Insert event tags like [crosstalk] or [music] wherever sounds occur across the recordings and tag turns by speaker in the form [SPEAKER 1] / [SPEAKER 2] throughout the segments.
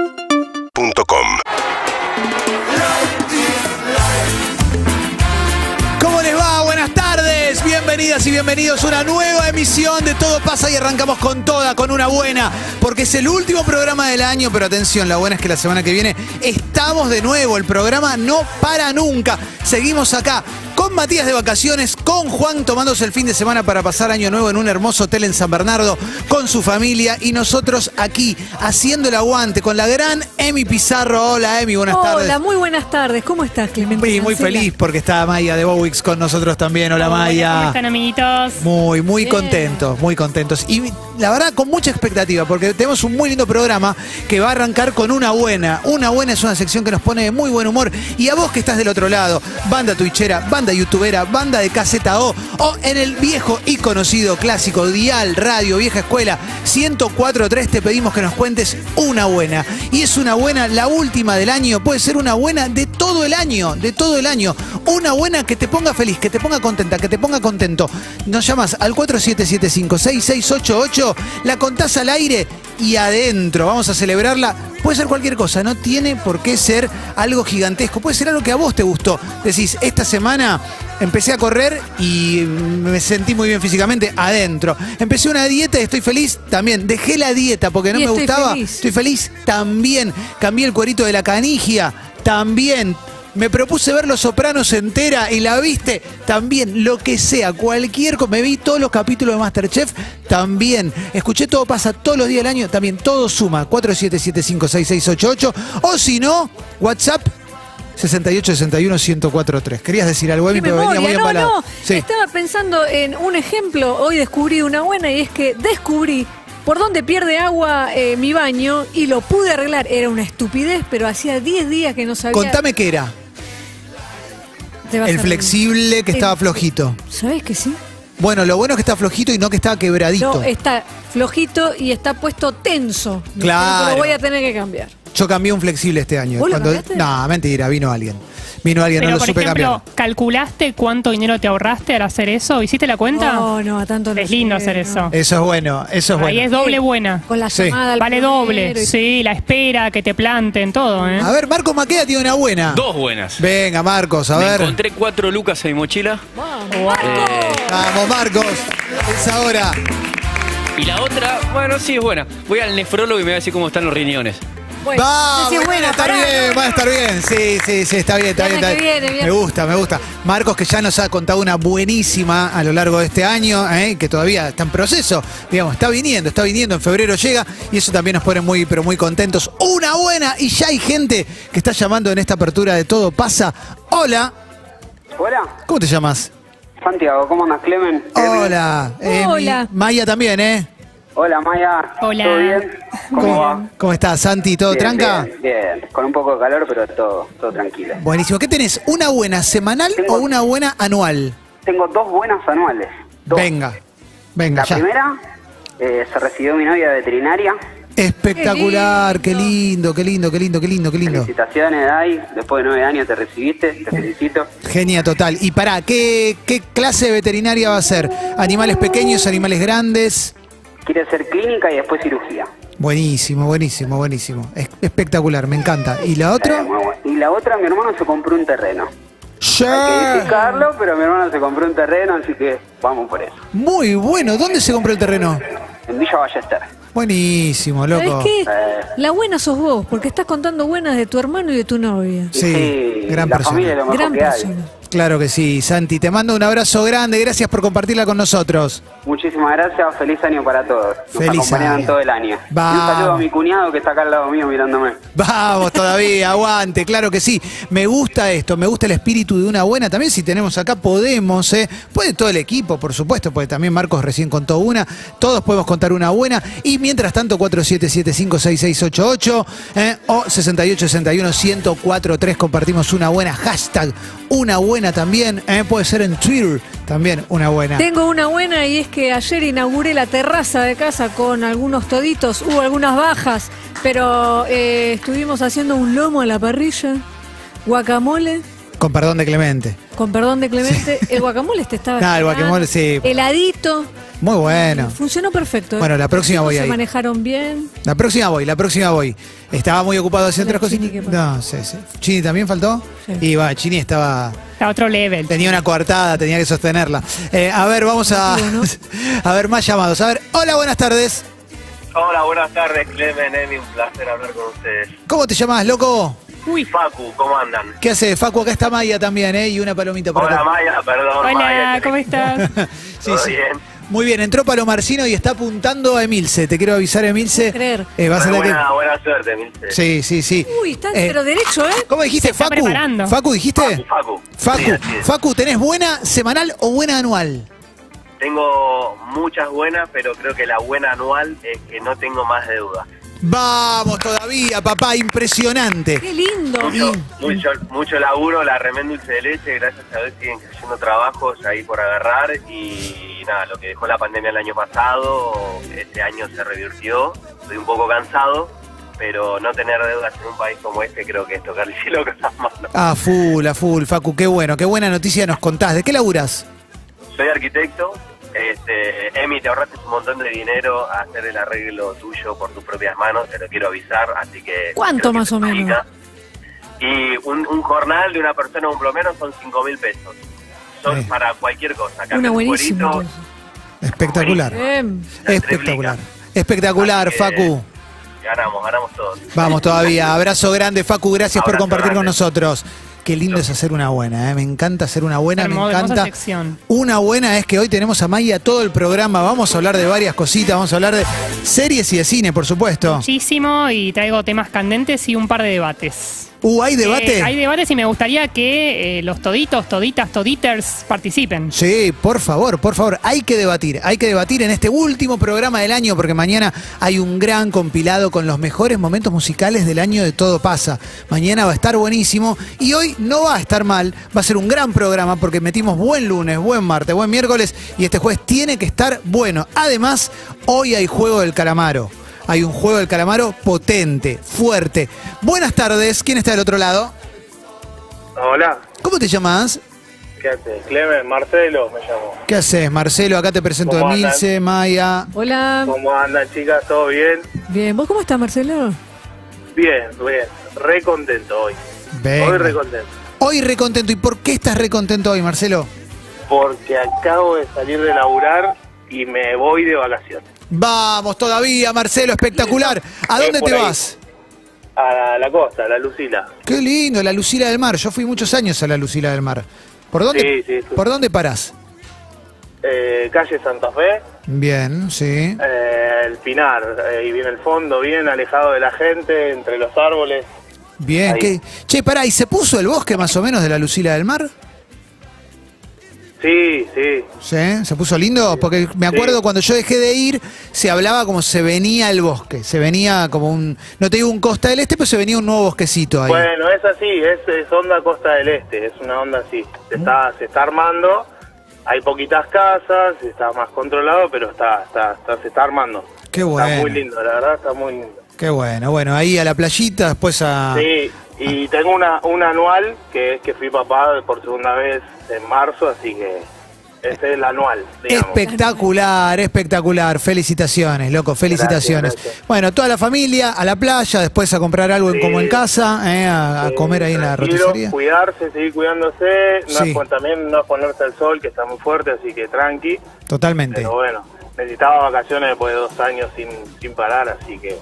[SPEAKER 1] UrbanaPlayFM.com
[SPEAKER 2] ¿Cómo les va? Buenas tardes, bienvenidas y bienvenidos a una nueva emisión de Todo pasa y arrancamos con toda, con una buena, porque es el último programa del año, pero atención, la buena es que la semana que viene estamos de nuevo, el programa no para nunca, seguimos acá. Con Matías de vacaciones, con Juan tomándose el fin de semana para pasar año nuevo en un hermoso hotel en San Bernardo, con su familia y nosotros aquí haciendo el aguante con la gran Emi Pizarro. Hola Emi, buenas
[SPEAKER 3] Hola,
[SPEAKER 2] tardes.
[SPEAKER 3] muy buenas tardes. ¿Cómo estás, Clemente?
[SPEAKER 2] Muy, muy
[SPEAKER 3] Cancela?
[SPEAKER 2] feliz porque está Maya de Bowix con nosotros también. Hola,
[SPEAKER 4] ¿Cómo
[SPEAKER 2] Maya.
[SPEAKER 4] están, amiguitos?
[SPEAKER 2] Muy, muy
[SPEAKER 3] Bien.
[SPEAKER 2] contentos, muy contentos. Y la verdad, con mucha expectativa, porque tenemos un muy lindo programa que va a arrancar con una buena. Una buena es una sección que nos pone de muy buen humor. Y a vos que estás del otro lado, banda twitchera, banda youtubera, banda de caseta O, o en el viejo y conocido clásico Dial Radio Vieja Escuela 1043, te pedimos que nos cuentes una buena. Y es una buena, la última del año, puede ser una buena de todo el año, de todo el año. Una buena que te ponga feliz, que te ponga contenta, que te ponga contento. Nos llamas al 4775-6688, la contás al aire y adentro. Vamos a celebrarla. Puede ser cualquier cosa, no tiene por qué ser algo gigantesco. Puede ser algo que a vos te gustó. Decís, esta semana empecé a correr y me sentí muy bien físicamente adentro. Empecé una dieta y estoy feliz también. Dejé la dieta porque no
[SPEAKER 3] Y
[SPEAKER 2] me
[SPEAKER 3] estoy
[SPEAKER 2] gustaba.
[SPEAKER 3] feliz.
[SPEAKER 2] Estoy feliz también. Cambié el cuerito de la canigia, también. Me propuse ver Los Sopranos entera y la viste también, lo que sea, cualquier cosa. Me vi todos los capítulos de Masterchef también. Escuché Todo pasa todos los días del año también, todo suma. 47756688 o si no, WhatsApp 6861-1043. Querías decir algo, Emi,
[SPEAKER 3] Qué
[SPEAKER 2] pero venía muy
[SPEAKER 3] memoria, no,
[SPEAKER 2] empalado.
[SPEAKER 3] no.
[SPEAKER 2] Sí.
[SPEAKER 3] Estaba pensando en un ejemplo. Hoy descubrí una buena y es que descubrí por dónde pierde agua eh, mi baño y lo pude arreglar. Era una estupidez, pero hacía 10 días que no sabía.
[SPEAKER 2] Contame qué era.
[SPEAKER 3] Te vas
[SPEAKER 2] El
[SPEAKER 3] a-
[SPEAKER 2] flexible que
[SPEAKER 3] El-
[SPEAKER 2] estaba flojito.
[SPEAKER 3] ¿Sabes que sí?
[SPEAKER 2] Bueno, lo bueno es que está flojito y no que estaba quebradito.
[SPEAKER 3] No, está flojito y está puesto tenso.
[SPEAKER 2] Claro.
[SPEAKER 3] Lo voy a tener que cambiar.
[SPEAKER 2] Yo cambié un flexible este año.
[SPEAKER 3] ¿Vos lo
[SPEAKER 2] Cuando-
[SPEAKER 3] cambiaste?
[SPEAKER 2] No, mentira, vino alguien. Vino alguien,
[SPEAKER 4] Pero,
[SPEAKER 2] no lo
[SPEAKER 4] por
[SPEAKER 2] supe
[SPEAKER 4] ejemplo,
[SPEAKER 2] cambiar.
[SPEAKER 4] ¿calculaste cuánto dinero te ahorraste al hacer eso? ¿Hiciste la cuenta?
[SPEAKER 3] No, no, a tanto no
[SPEAKER 4] Es lindo
[SPEAKER 3] llegué,
[SPEAKER 4] hacer eso.
[SPEAKER 3] no.
[SPEAKER 2] Eso es bueno, eso es
[SPEAKER 4] Ahí
[SPEAKER 2] bueno.
[SPEAKER 4] es doble buena.
[SPEAKER 3] Con la
[SPEAKER 2] Sí.
[SPEAKER 3] llamada al
[SPEAKER 4] Vale
[SPEAKER 3] primero
[SPEAKER 4] doble.
[SPEAKER 3] y-
[SPEAKER 4] Sí, la espera, que te planten, todo, ¿eh?
[SPEAKER 2] A ver, Marcos Maqueda tiene una buena.
[SPEAKER 5] Dos buenas.
[SPEAKER 2] Venga, Marcos, a
[SPEAKER 5] Me
[SPEAKER 2] ver.
[SPEAKER 5] encontré cuatro lucas en mi mochila. Eh,
[SPEAKER 3] Vamos.
[SPEAKER 2] Vamos, Marcos. Es ahora.
[SPEAKER 5] Y la otra, bueno, sí es buena. Voy al nefrólogo y me va a decir cómo están los riñones.
[SPEAKER 3] Bueno,
[SPEAKER 2] Va,
[SPEAKER 3] no sé si es
[SPEAKER 2] bueno,
[SPEAKER 3] buena,
[SPEAKER 2] está
[SPEAKER 3] pará,
[SPEAKER 2] bien,
[SPEAKER 3] no,
[SPEAKER 2] va
[SPEAKER 3] no.
[SPEAKER 2] a estar bien. Sí, sí, sí, está bien, está bien.
[SPEAKER 3] Viernes
[SPEAKER 2] Está
[SPEAKER 3] que
[SPEAKER 2] bien.
[SPEAKER 3] viene,
[SPEAKER 2] me
[SPEAKER 3] viernes.
[SPEAKER 2] gusta, me gusta. Marcos, que ya nos ha contado una buenísima a lo largo de este año, ¿eh? que todavía está en proceso. Digamos, está viniendo, está viniendo, en febrero llega y eso también nos pone muy, pero muy contentos. Una buena y ya hay gente que está llamando en esta apertura de Todo Pasa. Hola,
[SPEAKER 6] Hola,
[SPEAKER 2] ¿cómo te llamas?
[SPEAKER 6] Santiago, ¿cómo andas, Clemen?
[SPEAKER 2] Hola. Emi.
[SPEAKER 3] Hola.
[SPEAKER 2] Eh, Maya también, ¿eh?
[SPEAKER 6] Hola, Maya.
[SPEAKER 4] Hola.
[SPEAKER 6] ¿Todo bien? ¿Cómo, va?
[SPEAKER 2] ¿Cómo estás, Santi? ¿Todo
[SPEAKER 6] Bien,
[SPEAKER 2] tranca?
[SPEAKER 6] Bien, bien. con un poco de calor, pero todo, todo tranquilo.
[SPEAKER 2] Buenísimo. ¿Qué tenés? ¿Una buena semanal
[SPEAKER 6] Tengo-
[SPEAKER 2] o una buena anual?
[SPEAKER 6] Tengo dos buenas anuales. Dos.
[SPEAKER 2] Venga, venga,
[SPEAKER 6] La
[SPEAKER 2] ya.
[SPEAKER 6] primera, eh, se recibió mi novia veterinaria.
[SPEAKER 2] Espectacular, qué lindo, qué lindo, qué lindo, qué lindo, qué lindo.
[SPEAKER 6] Felicitaciones, Dai. Después de nueve años te recibiste, te felicito.
[SPEAKER 2] Genia total. Y pará, ¿qué, ¿qué clase de veterinaria va a ser? ¿Animales pequeños, animales grandes?
[SPEAKER 6] Quiere hacer clínica y después cirugía.
[SPEAKER 2] Buenísimo, buenísimo, buenísimo. Es- espectacular, me encanta. ¿Y la
[SPEAKER 6] Eh,
[SPEAKER 2] otra?
[SPEAKER 6] muy bueno. Y la otra, mi hermano se compró un terreno. Hay que
[SPEAKER 2] ¡Ya!
[SPEAKER 6] edificarlo, pero mi hermano se compró un terreno, así que vamos por eso.
[SPEAKER 2] Muy bueno. ¿Dónde se compró el terreno?
[SPEAKER 6] En Villa Ballester.
[SPEAKER 2] Buenísimo,
[SPEAKER 3] ¿Sabes
[SPEAKER 2] loco.
[SPEAKER 3] qué?
[SPEAKER 6] Eh.
[SPEAKER 3] La buena sos vos, porque estás contando buenas de tu hermano y de tu novia.
[SPEAKER 6] Y
[SPEAKER 2] Sí, gran
[SPEAKER 6] la
[SPEAKER 2] persona.
[SPEAKER 6] familia es lo mejor
[SPEAKER 3] Gran
[SPEAKER 6] que hay.
[SPEAKER 3] persona.
[SPEAKER 2] Claro que sí, Santi. Te mando un abrazo grande. Gracias por compartirla con nosotros.
[SPEAKER 6] Muchísimas gracias, feliz año para todos. Nos
[SPEAKER 2] Feliz
[SPEAKER 6] acompañaron
[SPEAKER 2] año.
[SPEAKER 6] todo el año.
[SPEAKER 2] Va.
[SPEAKER 6] Y un saludo a mi cuñado que está acá al lado mío mirándome.
[SPEAKER 2] Vamos todavía, aguante, claro que sí. Me gusta esto, me gusta el espíritu de una buena. También si tenemos acá, podemos, ¿eh? Puede todo el equipo, por supuesto, porque también Marcos recién contó una. Todos podemos contar una buena. Y mientras tanto, 47756688 ¿eh? o 6861-1043 compartimos una buena. Hashtag, una buena también. ¿eh? Puede ser en Twitter también una buena.
[SPEAKER 3] Tengo una buena y es que ayer inauguré la terraza de casa con algunos toditos, hubo algunas bajas, pero eh, estuvimos haciendo un lomo a la parrilla, guacamole,
[SPEAKER 2] Con perdón de Clemente. [laughs]
[SPEAKER 3] con perdón de Clemente, el guacamole este estaba...
[SPEAKER 2] Nah, el
[SPEAKER 3] genial,
[SPEAKER 2] guacamole, sí.
[SPEAKER 3] Heladito,
[SPEAKER 2] Muy bueno.
[SPEAKER 3] Funcionó perfecto. ¿eh?
[SPEAKER 2] Bueno, la próxima
[SPEAKER 3] Los
[SPEAKER 2] voy
[SPEAKER 3] chicos
[SPEAKER 2] ahí.
[SPEAKER 3] Se manejaron bien.
[SPEAKER 2] La próxima voy, la próxima voy. Estaba muy ocupado haciendo
[SPEAKER 3] Bueno,
[SPEAKER 2] otras cosas.
[SPEAKER 3] Chini, ¿qué pasa?
[SPEAKER 2] No, sí, sí. Chini también faltó.
[SPEAKER 3] Sí.
[SPEAKER 2] Y va, Chini estaba.
[SPEAKER 4] A otro level.
[SPEAKER 2] Tenía una coartada, tenía que sostenerla. Eh, a ver, vamos a. [laughs] A ver, más llamados. A ver, hola, buenas tardes.
[SPEAKER 1] Hola, buenas tardes, Clemen, Emi, un placer hablar con ustedes.
[SPEAKER 2] ¿Cómo te llamas, loco?
[SPEAKER 4] Uy,
[SPEAKER 1] Facu, ¿cómo andan?
[SPEAKER 2] ¿Qué hace? Facu, acá está Maya también, ¿eh? Y una palomita por
[SPEAKER 1] Hola,
[SPEAKER 2] acá.
[SPEAKER 1] Maya, perdón,
[SPEAKER 4] hola,
[SPEAKER 1] Maya.
[SPEAKER 4] Ah, ¿cómo estás?
[SPEAKER 2] [laughs] Sí,
[SPEAKER 1] ¿Todo
[SPEAKER 2] sí.
[SPEAKER 1] bien?
[SPEAKER 2] Muy bien, entró Palomarcino y está apuntando a Emilce. Te quiero avisar, Emilce.
[SPEAKER 3] No puedo creer.
[SPEAKER 2] Eh, vas a
[SPEAKER 1] Pero
[SPEAKER 2] tener
[SPEAKER 1] buena, buena suerte, Milce.
[SPEAKER 2] que- Sí, sí, sí.
[SPEAKER 3] Uy, están
[SPEAKER 2] Eh,
[SPEAKER 3] pero derecho, ¿eh?
[SPEAKER 2] ¿Cómo dijiste,
[SPEAKER 4] está
[SPEAKER 2] Facu?
[SPEAKER 4] preparando.
[SPEAKER 2] ¿Facu dijiste?
[SPEAKER 1] Facu, Facu.
[SPEAKER 2] Facu,
[SPEAKER 1] Sí, así es.
[SPEAKER 2] Facu, ¿tenés buena semanal o buena anual?
[SPEAKER 1] Tengo muchas buenas, pero creo que la buena anual es que no tengo más deuda.
[SPEAKER 2] Vamos todavía, papá, impresionante.
[SPEAKER 3] Qué lindo.
[SPEAKER 1] Mucho, mucho, mucho laburo, la remén dulce de leche, gracias a Dios siguen creciendo trabajos ahí por agarrar y nada, lo que dejó la pandemia el año pasado, este año se revirtió, estoy un poco cansado, pero no tener deudas en un país como este creo que es tocar [laughs] el cielo con las manos.
[SPEAKER 2] A Ah, full, a full, Facu, qué bueno, qué buena noticia nos contás. ¿De qué laburás?
[SPEAKER 1] Soy arquitecto, este, Emi, te ahorraste un montón de dinero a hacer el arreglo tuyo por tus propias manos, te lo quiero avisar, así que...
[SPEAKER 3] ¿Cuánto
[SPEAKER 1] creo que
[SPEAKER 3] más
[SPEAKER 1] te
[SPEAKER 3] o menos?
[SPEAKER 1] explica. Y un, un jornal de una persona, un plomero, son 5 mil pesos. Son
[SPEAKER 2] Sí.
[SPEAKER 1] para cualquier cosa.
[SPEAKER 3] Una
[SPEAKER 1] cambiar un
[SPEAKER 3] buenísima.
[SPEAKER 1] cuerito,
[SPEAKER 3] entonces.
[SPEAKER 2] Espectacular.
[SPEAKER 3] Bien.
[SPEAKER 2] Espectacular. Espectacular,
[SPEAKER 1] Así que-
[SPEAKER 2] Facu.
[SPEAKER 1] Ganamos, ganamos todos.
[SPEAKER 2] Vamos todavía. Abrazo grande, Facu. Gracias por
[SPEAKER 1] Abrazo
[SPEAKER 2] compartir con
[SPEAKER 1] grande.
[SPEAKER 2] nosotros. Qué lindo es hacer una buena, ¿eh? me encanta hacer una buena, me
[SPEAKER 4] Hermosa
[SPEAKER 2] encanta.
[SPEAKER 4] sección.
[SPEAKER 2] Una buena es que hoy tenemos a Maya todo el programa, vamos a hablar de varias cositas, vamos a hablar de series y de cine, por supuesto.
[SPEAKER 4] Muchísimo y traigo temas candentes y un par de debates.
[SPEAKER 2] Uh, ¿hay debate?
[SPEAKER 4] Eh, hay debates y me gustaría que eh, los toditos, toditas, toditers participen.
[SPEAKER 2] Sí, por favor, por favor, hay que debatir, hay que debatir en este último programa del año porque mañana hay un gran compilado con los mejores momentos musicales del año de Todo pasa. Mañana va a estar buenísimo y hoy no va a estar mal, va a ser un gran programa porque metimos buen lunes, buen martes, buen miércoles y este jueves tiene que estar bueno. Además, hoy hay juego del calamaro. Hay un juego del calamaro potente, fuerte. Buenas tardes, ¿quién está del otro lado?
[SPEAKER 7] Hola,
[SPEAKER 2] ¿Cómo te llamas?
[SPEAKER 7] ¿qué haces? Clemen, Marcelo me llamo.
[SPEAKER 2] ¿Qué haces, Marcelo? Acá te presento
[SPEAKER 7] ¿Cómo
[SPEAKER 2] a
[SPEAKER 7] andan?
[SPEAKER 2] Milce, Maya.
[SPEAKER 3] Hola.
[SPEAKER 7] ¿Cómo andan chicas? ¿Todo bien?
[SPEAKER 3] Bien. ¿Vos cómo estás, Marcelo?
[SPEAKER 7] Bien, bien. Re contento hoy. Hoy
[SPEAKER 2] Venga.
[SPEAKER 7] re contento.
[SPEAKER 2] Hoy recontento. ¿Y por qué estás recontento hoy, Marcelo?
[SPEAKER 7] Porque acabo de salir de laburar y me voy de vacaciones.
[SPEAKER 2] Vamos todavía, Marcelo, espectacular. ¿A
[SPEAKER 7] Eh,
[SPEAKER 2] dónde
[SPEAKER 7] por
[SPEAKER 2] te
[SPEAKER 7] ahí.
[SPEAKER 2] vas?
[SPEAKER 7] A la costa, a la Lucila.
[SPEAKER 2] Qué lindo, la Lucila del Mar. Yo fui muchos años a la Lucila del Mar. ¿Por dónde,
[SPEAKER 7] Sí, sí, sí.
[SPEAKER 2] ¿por dónde parás?
[SPEAKER 7] Eh, calle Santa Fe,
[SPEAKER 2] Bien, sí.
[SPEAKER 7] eh, el Pinar. eh, y bien el fondo, bien alejado de la gente, entre los árboles.
[SPEAKER 2] Bien.
[SPEAKER 7] ahí.
[SPEAKER 2] ¿qué? Che, pará, ¿y se puso el bosque más o menos de la Lucila del Mar?
[SPEAKER 7] Sí, sí.
[SPEAKER 2] Sí, se puso lindo porque me acuerdo
[SPEAKER 7] Sí.
[SPEAKER 2] cuando yo dejé de ir se hablaba como se venía el bosque, se venía como un no te digo un costa del este, pero se venía un nuevo bosquecito ahí.
[SPEAKER 7] Bueno, es así, es, es onda Costa del Este, es una onda así. Se está, se está armando, hay poquitas casas, está más controlado, pero está, está, está- se está armando.
[SPEAKER 2] Qué bueno.
[SPEAKER 7] Está muy lindo, la verdad está muy lindo.
[SPEAKER 2] Qué bueno, bueno, ahí a la playita, después a
[SPEAKER 7] Sí,
[SPEAKER 2] Ah.
[SPEAKER 7] y tengo una, un anual que es que fui papá por segunda vez en marzo, así que ese es el anual, digamos.
[SPEAKER 2] Espectacular, espectacular. Felicitaciones, loco, felicitaciones.
[SPEAKER 7] Gracias, gracias.
[SPEAKER 2] Bueno, toda la familia a la playa, después a comprar algo en-
[SPEAKER 7] Sí.
[SPEAKER 2] como en casa, eh, a, a
[SPEAKER 7] Eh,
[SPEAKER 2] comer ahí en la
[SPEAKER 7] tranquilo,
[SPEAKER 2] roticería.
[SPEAKER 7] Cuidarse, seguir cuidándose, no
[SPEAKER 2] Sí.
[SPEAKER 7] es pon- también no ponerse al sol, que está muy fuerte, así que tranqui.
[SPEAKER 2] Totalmente.
[SPEAKER 7] Pero bueno, necesitaba vacaciones después de dos años sin, sin parar, así que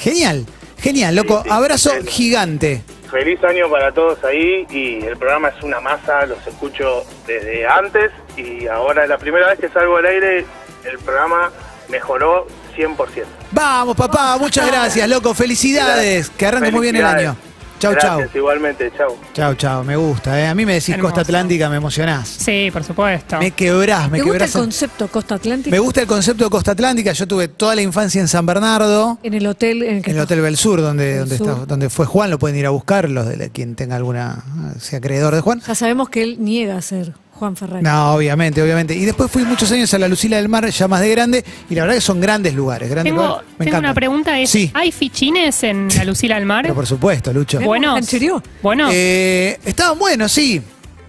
[SPEAKER 2] Genial, genial, loco.
[SPEAKER 7] Sí, sí,
[SPEAKER 2] Abrazo
[SPEAKER 7] bueno.
[SPEAKER 2] gigante.
[SPEAKER 7] feliz año para todos ahí y el programa es una masa, los escucho desde antes y ahora la primera vez que salgo al aire el programa mejoró 100%.
[SPEAKER 2] Vamos, papá, muchas gracias, loco. Felicidades. Que arranque muy bien el
[SPEAKER 7] Felicidades.
[SPEAKER 2] año. Chau, chau.
[SPEAKER 7] Gracias, igualmente, chau.
[SPEAKER 2] Chau, chau. Me gusta, eh. A mí me decís
[SPEAKER 4] Hermoso.
[SPEAKER 2] Costa Atlántica, me emocionás.
[SPEAKER 4] Sí, por supuesto.
[SPEAKER 2] Me quebrás, me
[SPEAKER 3] ¿Te gusta el
[SPEAKER 2] quebrás. en-
[SPEAKER 3] concepto Costa Atlántica?
[SPEAKER 2] Me gusta el concepto de Costa Atlántica. Yo tuve toda la infancia en San Bernardo.
[SPEAKER 3] En el hotel eh, en el que
[SPEAKER 2] En el Hotel Bel Sur, donde, donde,
[SPEAKER 3] Sur.
[SPEAKER 2] está- donde fue Juan, lo pueden ir a buscar, los de la- quien tenga alguna, sea acreedor de Juan.
[SPEAKER 3] Ya sabemos que él niega ser Juan Ferrari.
[SPEAKER 2] No, obviamente, obviamente. Y después fui muchos años a la Lucila del Mar, ya más de grande, y la verdad que son grandes lugares, grandes
[SPEAKER 4] tengo
[SPEAKER 2] lugares. Me
[SPEAKER 4] tengo
[SPEAKER 2] encantan.
[SPEAKER 4] una pregunta. Es,
[SPEAKER 2] Sí,
[SPEAKER 4] ¿Hay fichines en la Lucila del Mar?
[SPEAKER 2] pero por supuesto, Lucho.
[SPEAKER 3] ¿Eh?
[SPEAKER 4] Buenos.
[SPEAKER 3] ¿En serio?
[SPEAKER 4] Bueno,
[SPEAKER 2] Eh, estaban buenos, sí.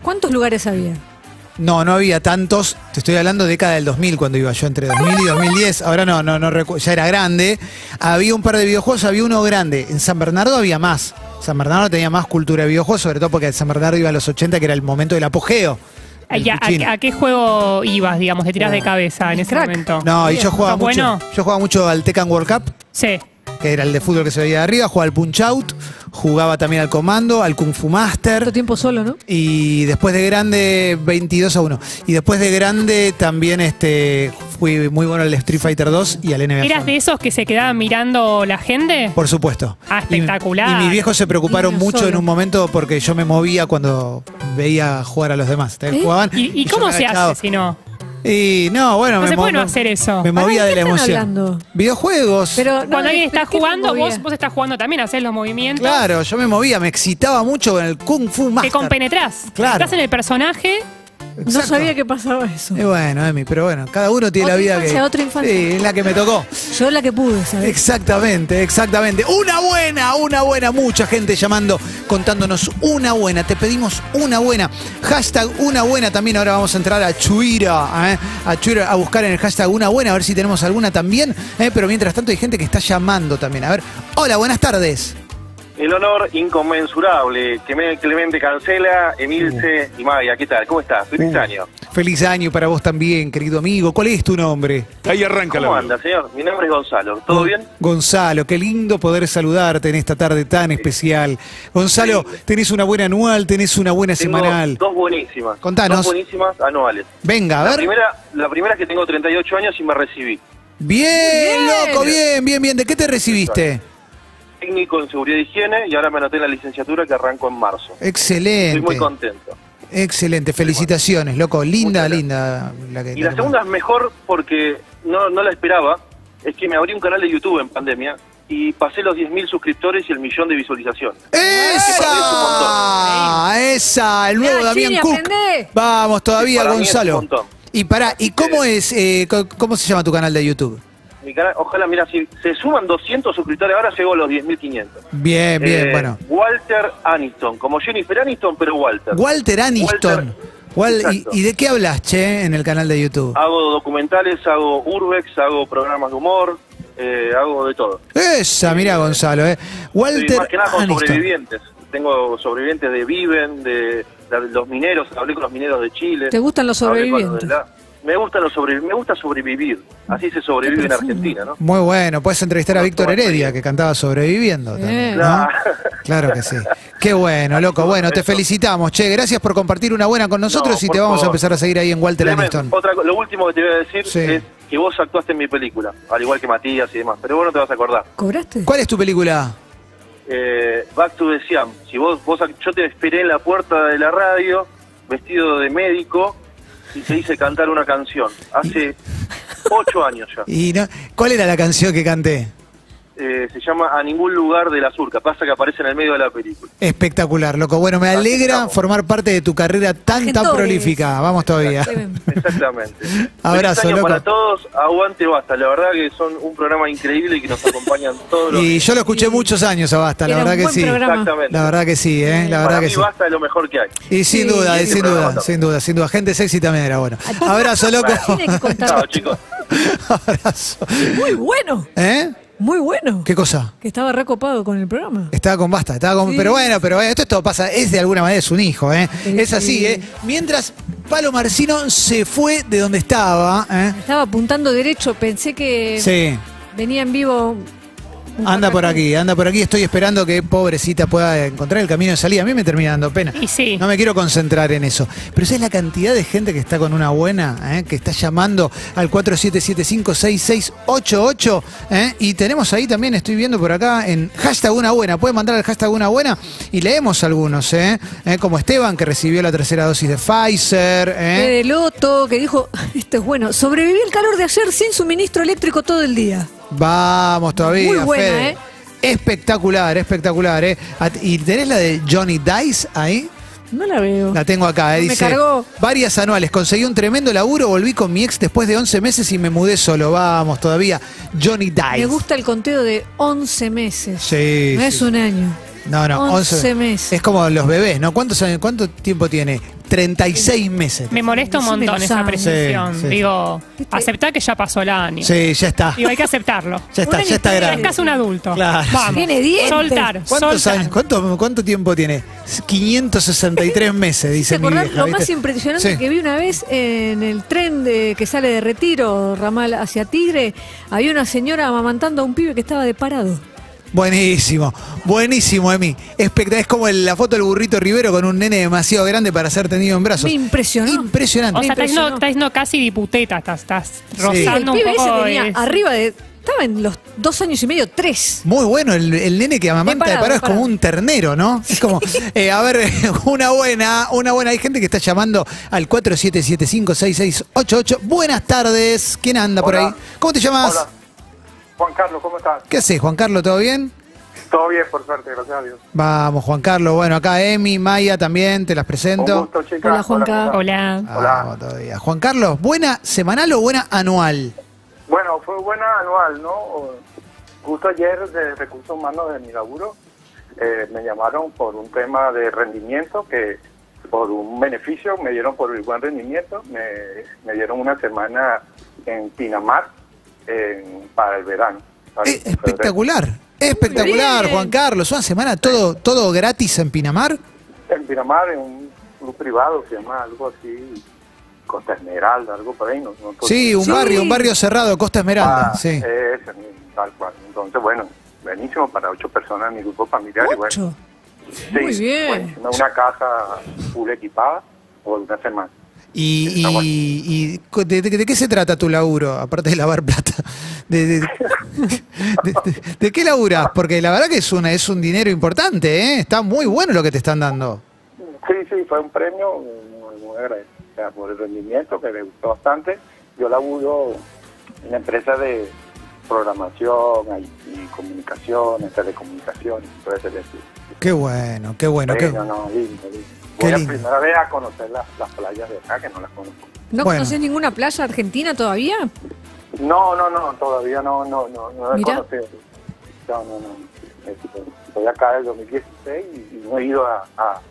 [SPEAKER 3] ¿Cuántos lugares había?
[SPEAKER 2] No, no había tantos. Te estoy hablando de década del 2000 cuando iba yo, entre 2000 y 2010. Ahora no, no, no recu- ya era grande. Había un par de videojuegos, había uno grande. En San Bernardo había más. San Bernardo tenía más cultura de videojuegos, sobre todo porque San Bernardo iba a los 80, que era el momento del apogeo.
[SPEAKER 4] Ah,
[SPEAKER 2] del
[SPEAKER 4] ya,
[SPEAKER 2] cuchín.
[SPEAKER 4] ¿a, a qué juego ibas, digamos? Te tiras de cabeza en ese
[SPEAKER 3] Ah, Crack.
[SPEAKER 4] momento.
[SPEAKER 2] No, y yo
[SPEAKER 4] ¿Estás
[SPEAKER 2] jugaba mucho.
[SPEAKER 4] Bueno,
[SPEAKER 2] Yo jugaba mucho al Tekken World Cup.
[SPEAKER 4] sí.
[SPEAKER 2] que era el de fútbol que se veía de arriba, jugaba al Punch Out, jugaba también al Comando, al Kung Fu
[SPEAKER 3] Tanto
[SPEAKER 2] Master.
[SPEAKER 3] tiempo solo, ¿no?
[SPEAKER 2] Y después de grande, 22 a 1. Y después de grande también este fui muy bueno al Street Fighter 2 y al NBA.
[SPEAKER 4] ¿Eras de esos que se quedaban mirando la gente?
[SPEAKER 2] Por supuesto.
[SPEAKER 4] Ah,
[SPEAKER 2] Y-
[SPEAKER 4] espectacular.
[SPEAKER 2] Y, mis viejos se preocuparon
[SPEAKER 3] Niño
[SPEAKER 2] mucho en
[SPEAKER 3] solo.
[SPEAKER 2] un momento porque yo me movía cuando veía jugar a los demás.
[SPEAKER 3] ¿Eh?
[SPEAKER 2] Jugaban
[SPEAKER 4] ¿Y, y
[SPEAKER 2] yo
[SPEAKER 4] cómo
[SPEAKER 2] me
[SPEAKER 4] se
[SPEAKER 2] agachaba.
[SPEAKER 4] hace si no?
[SPEAKER 2] Y no, bueno,
[SPEAKER 4] No
[SPEAKER 2] me
[SPEAKER 4] se puede no
[SPEAKER 2] mo-
[SPEAKER 4] hacer eso.
[SPEAKER 2] Me
[SPEAKER 3] Pará,
[SPEAKER 2] movía
[SPEAKER 3] ¿de
[SPEAKER 2] de
[SPEAKER 3] qué
[SPEAKER 2] la
[SPEAKER 3] están
[SPEAKER 2] emoción.
[SPEAKER 3] hablando?
[SPEAKER 2] Videojuegos.
[SPEAKER 3] Pero, no,
[SPEAKER 4] Cuando alguien está
[SPEAKER 3] ¿por qué no
[SPEAKER 4] jugando, vos,
[SPEAKER 3] movía?
[SPEAKER 4] vos estás jugando también, haces los movimientos.
[SPEAKER 2] Claro, yo me movía, me excitaba mucho con el Kung Fu
[SPEAKER 4] Te
[SPEAKER 2] Master.
[SPEAKER 4] compenetrás.
[SPEAKER 2] Claro.
[SPEAKER 4] Estás en el personaje.
[SPEAKER 3] No
[SPEAKER 2] Exacto.
[SPEAKER 3] sabía que pasaba eso.
[SPEAKER 2] Y bueno, Emi, pero bueno, cada uno tiene
[SPEAKER 3] Otra
[SPEAKER 2] la vida
[SPEAKER 3] infancia,
[SPEAKER 2] que.
[SPEAKER 3] otra infancia.
[SPEAKER 2] Sí, es la que me tocó.
[SPEAKER 3] Yo la que pude, ¿sabes?
[SPEAKER 2] Exactamente, exactamente. Una buena, una buena. Mucha gente llamando, contándonos una buena. Te pedimos una buena. Hashtag una buena también. Ahora vamos a entrar a Chuira, ¿eh? a Chuira a buscar en el hashtag una buena, a ver si tenemos alguna también. ¿eh? Pero mientras tanto hay gente que está llamando también. A ver, hola, buenas tardes.
[SPEAKER 8] El honor inconmensurable. Clemente Cancela, Emilce y Maya. ¿Qué tal? ¿Cómo estás? Feliz año.
[SPEAKER 2] Feliz año para vos también, querido amigo. ¿Cuál es tu nombre?
[SPEAKER 9] Ahí arranca
[SPEAKER 8] ¿Cómo
[SPEAKER 9] la.
[SPEAKER 8] anda, señor? Mi nombre es Gonzalo. ¿Todo
[SPEAKER 2] Gon-
[SPEAKER 8] bien?
[SPEAKER 2] Gonzalo, qué lindo poder saludarte en esta tarde tan especial. Gonzalo, tenés una buena anual, tenés una buena
[SPEAKER 8] Tengo
[SPEAKER 2] semanal.
[SPEAKER 8] dos buenísimas.
[SPEAKER 2] Contanos.
[SPEAKER 8] Dos buenísimas anuales.
[SPEAKER 2] Venga, a
[SPEAKER 8] La
[SPEAKER 2] ver.
[SPEAKER 8] primera, la primera es que tengo 38 años y me recibí.
[SPEAKER 2] Bien,
[SPEAKER 3] Muy bien.
[SPEAKER 2] loco, bien, bien, bien. ¿De qué te recibiste?
[SPEAKER 8] Técnico en seguridad y higiene y ahora me anoté en la licenciatura que arrancó en marzo. Estoy muy
[SPEAKER 2] Excelente.
[SPEAKER 8] contento.
[SPEAKER 2] Excelente, felicitaciones, loco. Linda,
[SPEAKER 8] Muchas
[SPEAKER 2] linda. La que,
[SPEAKER 8] Y la
[SPEAKER 2] que-
[SPEAKER 8] segunda es mejor porque no, no la esperaba. Es que me abrí un canal de YouTube en pandemia y pasé los 10.000 suscriptores y el millón de visualizaciones.
[SPEAKER 2] ¡Esa! ¡Esa! El nuevo
[SPEAKER 3] Mirá,
[SPEAKER 2] Damián
[SPEAKER 3] Chini,
[SPEAKER 2] Cook.
[SPEAKER 3] aprendé.
[SPEAKER 2] Vamos todavía,
[SPEAKER 8] Para mí es un
[SPEAKER 2] Gonzalo.
[SPEAKER 8] montón.
[SPEAKER 2] y pará, ¿y
[SPEAKER 8] Así
[SPEAKER 2] cómo
[SPEAKER 8] que-
[SPEAKER 2] es, eh, co- cómo se llama tu canal de YouTube?
[SPEAKER 8] Mi canal, ojalá, mira, si se suman 200 suscriptores, ahora llegó a los 10.500.
[SPEAKER 2] Bien, bien,
[SPEAKER 8] Eh,
[SPEAKER 2] bueno.
[SPEAKER 8] Walter Aniston, como Jennifer Aniston, pero Walter.
[SPEAKER 2] Walter Aniston.
[SPEAKER 8] Walter-
[SPEAKER 2] Wal- y-
[SPEAKER 8] Exacto.
[SPEAKER 2] y, de qué hablas, che, en el canal de YouTube?
[SPEAKER 8] Hago documentales, hago urbex, hago programas de humor, eh, hago de todo.
[SPEAKER 2] Esa, mira Gonzalo, ¿eh?
[SPEAKER 8] Estoy
[SPEAKER 2] Walter
[SPEAKER 8] más que nada con
[SPEAKER 2] Aniston.
[SPEAKER 8] sobrevivientes. Tengo sobrevivientes de Viven, de, de los mineros, hablé con los mineros de Chile.
[SPEAKER 3] ¿Te gustan los
[SPEAKER 8] Hablé con los
[SPEAKER 3] sobrevivientes?
[SPEAKER 8] de la- Me gusta, los sobrevi- me gusta sobrevivir. Así se sobrevive en
[SPEAKER 3] profundo.
[SPEAKER 8] Argentina, ¿no?
[SPEAKER 2] Muy bueno, puedes entrevistar a Víctor Heredia, que cantaba sobreviviendo.
[SPEAKER 3] Sí.
[SPEAKER 2] también, ¿no? Claro que sí. Qué bueno, loco. Bueno, te felicitamos, che. Gracias por compartir una buena con nosotros
[SPEAKER 8] No,
[SPEAKER 2] y te
[SPEAKER 8] por
[SPEAKER 2] vamos a
[SPEAKER 8] favor.
[SPEAKER 2] empezar a seguir ahí en Walter
[SPEAKER 8] Clemen,
[SPEAKER 2] Aniston.
[SPEAKER 8] otra co- lo último que te voy a decir
[SPEAKER 2] Sí.
[SPEAKER 8] es que vos actuaste en mi película, al igual que Matías y demás, pero vos no te vas a acordar.
[SPEAKER 3] ¿Cobraste?
[SPEAKER 2] ¿Cuál es tu película?
[SPEAKER 8] Eh, Back to the Siam, si vos, vos ac- yo te esperé en la puerta de la radio, vestido de médico, y te hice cantar una canción,
[SPEAKER 2] [laughs]
[SPEAKER 8] hace ocho años ya.
[SPEAKER 2] Y no- ¿Cuál era la canción que canté?
[SPEAKER 8] Eh, se llama A ningún lugar de la surca, pasa que aparece en el medio de la película.
[SPEAKER 2] Espectacular, loco. Bueno, me
[SPEAKER 8] Así
[SPEAKER 2] alegra
[SPEAKER 8] estamos.
[SPEAKER 2] formar parte de tu carrera tan, tan
[SPEAKER 3] Gentores.
[SPEAKER 2] prolífica. Vamos todavía.
[SPEAKER 3] Clemen.
[SPEAKER 2] [laughs]
[SPEAKER 8] Exactamente.
[SPEAKER 2] Abrazo,
[SPEAKER 8] Feliz año
[SPEAKER 2] loco.
[SPEAKER 8] para todos, aguante basta, la verdad que son un programa increíble y que nos acompañan todos los
[SPEAKER 2] Y yo lo escuché muchos años a Basta, la
[SPEAKER 3] Era un
[SPEAKER 2] verdad que
[SPEAKER 3] buen
[SPEAKER 2] sí.
[SPEAKER 3] programa.
[SPEAKER 8] Exactamente.
[SPEAKER 2] La verdad que sí, ¿eh? La
[SPEAKER 8] Para
[SPEAKER 2] verdad
[SPEAKER 8] mí
[SPEAKER 2] que sí.
[SPEAKER 8] basta de lo mejor que hay.
[SPEAKER 2] Y
[SPEAKER 3] Sí.
[SPEAKER 2] sin duda, y
[SPEAKER 8] Sí,
[SPEAKER 2] sin
[SPEAKER 8] pero
[SPEAKER 2] duda,
[SPEAKER 8] bueno.
[SPEAKER 2] sin duda, sin duda. Gente sexy también era bueno. Abrazo, loco.
[SPEAKER 3] Tiene que contar.
[SPEAKER 8] Chao, chicos.
[SPEAKER 2] [laughs] Abrazo.
[SPEAKER 3] Muy bueno,
[SPEAKER 2] ¿Eh?
[SPEAKER 3] muy bueno.
[SPEAKER 2] ¿Qué cosa?
[SPEAKER 3] Que estaba recopado con el programa.
[SPEAKER 2] Estaba con basta, estaba con.
[SPEAKER 3] Sí.
[SPEAKER 2] Pero bueno, pero bueno, esto, esto pasa, es de alguna manera, es un hijo, ¿eh?
[SPEAKER 3] Sí,
[SPEAKER 2] Es así,
[SPEAKER 3] sí.
[SPEAKER 2] ¿eh? Mientras Palo Marcino se fue de donde estaba, ¿eh?
[SPEAKER 3] Estaba apuntando derecho, pensé que
[SPEAKER 2] Sí.
[SPEAKER 3] venía en vivo. un
[SPEAKER 2] Anda por
[SPEAKER 3] cartel.
[SPEAKER 2] aquí, anda por aquí. Estoy esperando que pobrecita pueda encontrar el camino de salida. A mí me termina dando pena.
[SPEAKER 4] Y sí.
[SPEAKER 2] No me quiero concentrar en eso. Pero ¿sabes la cantidad de gente que está con una buena? eh? Que está llamando al 47756688. ¿eh? Y tenemos ahí también, estoy viendo por acá, en hashtag una buena. Pueden mandar al hashtag una buena y leemos algunos. ¿eh? ¿Eh? Como Esteban, que recibió la tercera dosis de Pfizer. ¿eh?
[SPEAKER 3] Fede Loto, que dijo, [laughs] esto es bueno, sobreviví el calor de ayer sin suministro eléctrico todo el día.
[SPEAKER 2] Vamos todavía,
[SPEAKER 3] Muy buena,
[SPEAKER 2] Fede.
[SPEAKER 3] ¿eh?
[SPEAKER 2] Espectacular, espectacular, ¿eh? At- ¿Y tenés la de Johnny Dice ahí?
[SPEAKER 3] No la veo.
[SPEAKER 2] La tengo acá, eh,
[SPEAKER 3] Me
[SPEAKER 2] dice.
[SPEAKER 3] cargó.
[SPEAKER 2] Varias anuales, conseguí un tremendo laburo, volví con mi ex después de 11 meses y me mudé solo. Vamos todavía, Johnny Dice.
[SPEAKER 3] Me gusta el conteo de 11 meses.
[SPEAKER 2] Sí,
[SPEAKER 3] no
[SPEAKER 2] sí,
[SPEAKER 3] es un año.
[SPEAKER 2] No, no,
[SPEAKER 3] 11
[SPEAKER 2] 11,
[SPEAKER 3] meses.
[SPEAKER 2] Es como los bebés, ¿no? ¿Cuántos años- ¿Cuánto tiempo tiene? 36 meses.
[SPEAKER 4] Me molesta un
[SPEAKER 3] Decime
[SPEAKER 4] montón
[SPEAKER 3] los
[SPEAKER 4] esa
[SPEAKER 3] años.
[SPEAKER 4] presunción.
[SPEAKER 2] Sí, sí.
[SPEAKER 4] Digo,
[SPEAKER 3] Viste-
[SPEAKER 4] aceptá que ya pasó el año.
[SPEAKER 2] Sí, ya está.
[SPEAKER 4] Digo, hay que aceptarlo.
[SPEAKER 2] [laughs] Ya está,
[SPEAKER 3] Una
[SPEAKER 2] ya está
[SPEAKER 4] Ya
[SPEAKER 3] niña
[SPEAKER 4] es
[SPEAKER 2] grande.
[SPEAKER 4] casi un adulto.
[SPEAKER 2] Claro.
[SPEAKER 4] Vamos.
[SPEAKER 3] Tiene dientes.
[SPEAKER 4] Soltar.
[SPEAKER 2] ¿Cuántos
[SPEAKER 4] soltar.
[SPEAKER 2] años? ¿Cuánto, cuánto tiempo tiene? 563 meses,
[SPEAKER 3] ¿Te
[SPEAKER 2] dice mi
[SPEAKER 3] acordás
[SPEAKER 2] vieja,
[SPEAKER 3] lo
[SPEAKER 2] ¿viste?
[SPEAKER 3] más impresionante
[SPEAKER 2] Sí.
[SPEAKER 3] que vi una vez en el tren de, que sale de Retiro, ramal hacia Tigre? Había una señora amamantando a un pibe que estaba de parado.
[SPEAKER 2] Buenísimo, buenísimo, Emi. Espectac- Es como el- la foto del burrito Rivero con un nene demasiado grande para ser tenido en brazos.
[SPEAKER 3] Me impresionó.
[SPEAKER 2] Impresionante.
[SPEAKER 4] O sea, estás no,
[SPEAKER 3] impresionó.
[SPEAKER 4] estás no casi diputeta, estás, estás
[SPEAKER 3] Sí, el
[SPEAKER 4] rozando un
[SPEAKER 3] pibe ese
[SPEAKER 4] poco.
[SPEAKER 3] tenía
[SPEAKER 4] es-
[SPEAKER 3] arriba de. Estaba en los dos años y medio, tres.
[SPEAKER 2] Muy bueno, el, el nene que amamanta de
[SPEAKER 3] Preparado,
[SPEAKER 2] parado es como
[SPEAKER 3] preparado.
[SPEAKER 2] un ternero, ¿no? Es como,
[SPEAKER 3] [laughs]
[SPEAKER 2] eh, a ver, [laughs] una buena, una buena. Hay gente que está llamando al 47756688. Buenas tardes, ¿quién anda por
[SPEAKER 9] Hola.
[SPEAKER 2] ahí? ¿Cómo te llamas?
[SPEAKER 9] Hola. Juan Carlos, ¿cómo estás?
[SPEAKER 2] ¿Qué haces, Juan Carlos? ¿Todo bien?
[SPEAKER 9] Todo bien, por suerte, gracias a Dios.
[SPEAKER 2] Vamos, Juan Carlos. Bueno, acá Emi, Maya también, te las
[SPEAKER 9] Un
[SPEAKER 2] presento.
[SPEAKER 9] gusto, chicas.
[SPEAKER 3] Hola, Juanca.
[SPEAKER 9] ¿cómo estás?
[SPEAKER 4] Hola.
[SPEAKER 9] Hola.
[SPEAKER 2] Vamos todavía. Juan Carlos, ¿buena semanal o buena anual?
[SPEAKER 9] Bueno, fue buena anual, ¿no? Justo ayer de Recursos Humanos de mi laburo eh, me llamaron por un tema de rendimiento que por un beneficio me dieron por el buen rendimiento, me, me dieron una semana en Pinamar en- para el verano. para
[SPEAKER 2] Eh,
[SPEAKER 9] el febrero.
[SPEAKER 2] espectacular, espectacular,
[SPEAKER 3] bien.
[SPEAKER 2] Juan Carlos. Una semana todo, todo gratis en Pinamar.
[SPEAKER 9] En Pinamar, en un club privado, se llama algo así, Costa Esmeralda, algo por ahí. No, no-
[SPEAKER 2] Sí, un
[SPEAKER 3] Sí.
[SPEAKER 2] barrio, un barrio cerrado, Costa Esmeralda.
[SPEAKER 9] Ah,
[SPEAKER 2] sí.
[SPEAKER 9] ese mismo, tal cual. Entonces, bueno, buenísimo para ocho personas, mi grupo familiar. y bueno,
[SPEAKER 3] Ocho. Muy
[SPEAKER 9] sí,
[SPEAKER 3] bien.
[SPEAKER 9] buenísimo, una casa full equipada por una semana.
[SPEAKER 2] Y, y-
[SPEAKER 9] Está bueno.
[SPEAKER 2] y co- de, de- de qué se trata tu laburo? Aparte de lavar plata. [laughs] ¿De, de- de- de- de qué laburas? Porque la verdad que es, una, es un dinero importante, ¿eh? Está muy bueno lo que te están dando.
[SPEAKER 9] Sí, sí, fue un premio muy, muy agradecido o sea, por el rendimiento que me gustó bastante. Yo laburo en la empresa de programación, y comunicaciones, telecomunicaciones, todo ese estilo.
[SPEAKER 2] Qué bueno, qué bueno.
[SPEAKER 9] Sí,
[SPEAKER 2] qué-
[SPEAKER 9] no, no, lindo, lindo.
[SPEAKER 2] Qué
[SPEAKER 9] Voy a
[SPEAKER 2] lindo.
[SPEAKER 9] primera vez a conocer las, las playas de acá, que no las conozco.
[SPEAKER 3] ¿No
[SPEAKER 2] Bueno.
[SPEAKER 3] conoces ninguna playa argentina todavía?
[SPEAKER 9] No, no, no, todavía no, no, no, no he
[SPEAKER 3] Mirá.
[SPEAKER 9] conocido. No, no, no. Este, Estoy acá del 2016 y y no he ido a, a-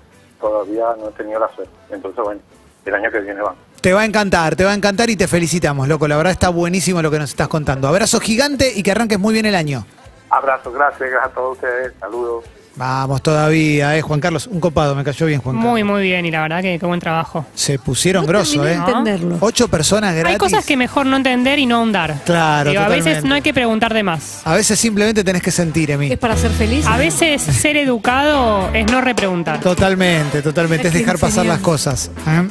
[SPEAKER 9] Todavía no he tenido la suerte. Entonces, bueno, el año que viene vamos.
[SPEAKER 2] Te va a encantar, te va a encantar y te felicitamos, loco. La verdad está buenísimo lo que nos estás contando. Abrazo gigante y que arranques muy bien el año.
[SPEAKER 9] Abrazos, gracias, gracias a todos ustedes. Saludos.
[SPEAKER 2] Vamos todavía, eh, Juan Carlos. Un copado, me cayó bien, Juan Carlos.
[SPEAKER 4] Muy, muy bien, y la verdad que qué buen trabajo.
[SPEAKER 2] Se pusieron
[SPEAKER 3] No
[SPEAKER 2] grosos,
[SPEAKER 3] terminé
[SPEAKER 2] ¿eh?
[SPEAKER 3] de entenderlo.
[SPEAKER 2] Ocho personas gratis.
[SPEAKER 4] Hay cosas que mejor no entender y no ahondar.
[SPEAKER 2] Claro,
[SPEAKER 4] Digo, a veces
[SPEAKER 2] totalmente.
[SPEAKER 4] no hay que preguntar de más.
[SPEAKER 2] A veces simplemente tenés que sentir, Emi.
[SPEAKER 3] ¿Es para ser feliz?
[SPEAKER 4] A veces ser educado es no repreguntar.
[SPEAKER 2] Totalmente, totalmente. Es
[SPEAKER 3] Hay que
[SPEAKER 2] dejar pasar
[SPEAKER 3] enseñar.
[SPEAKER 2] las cosas. ¿eh?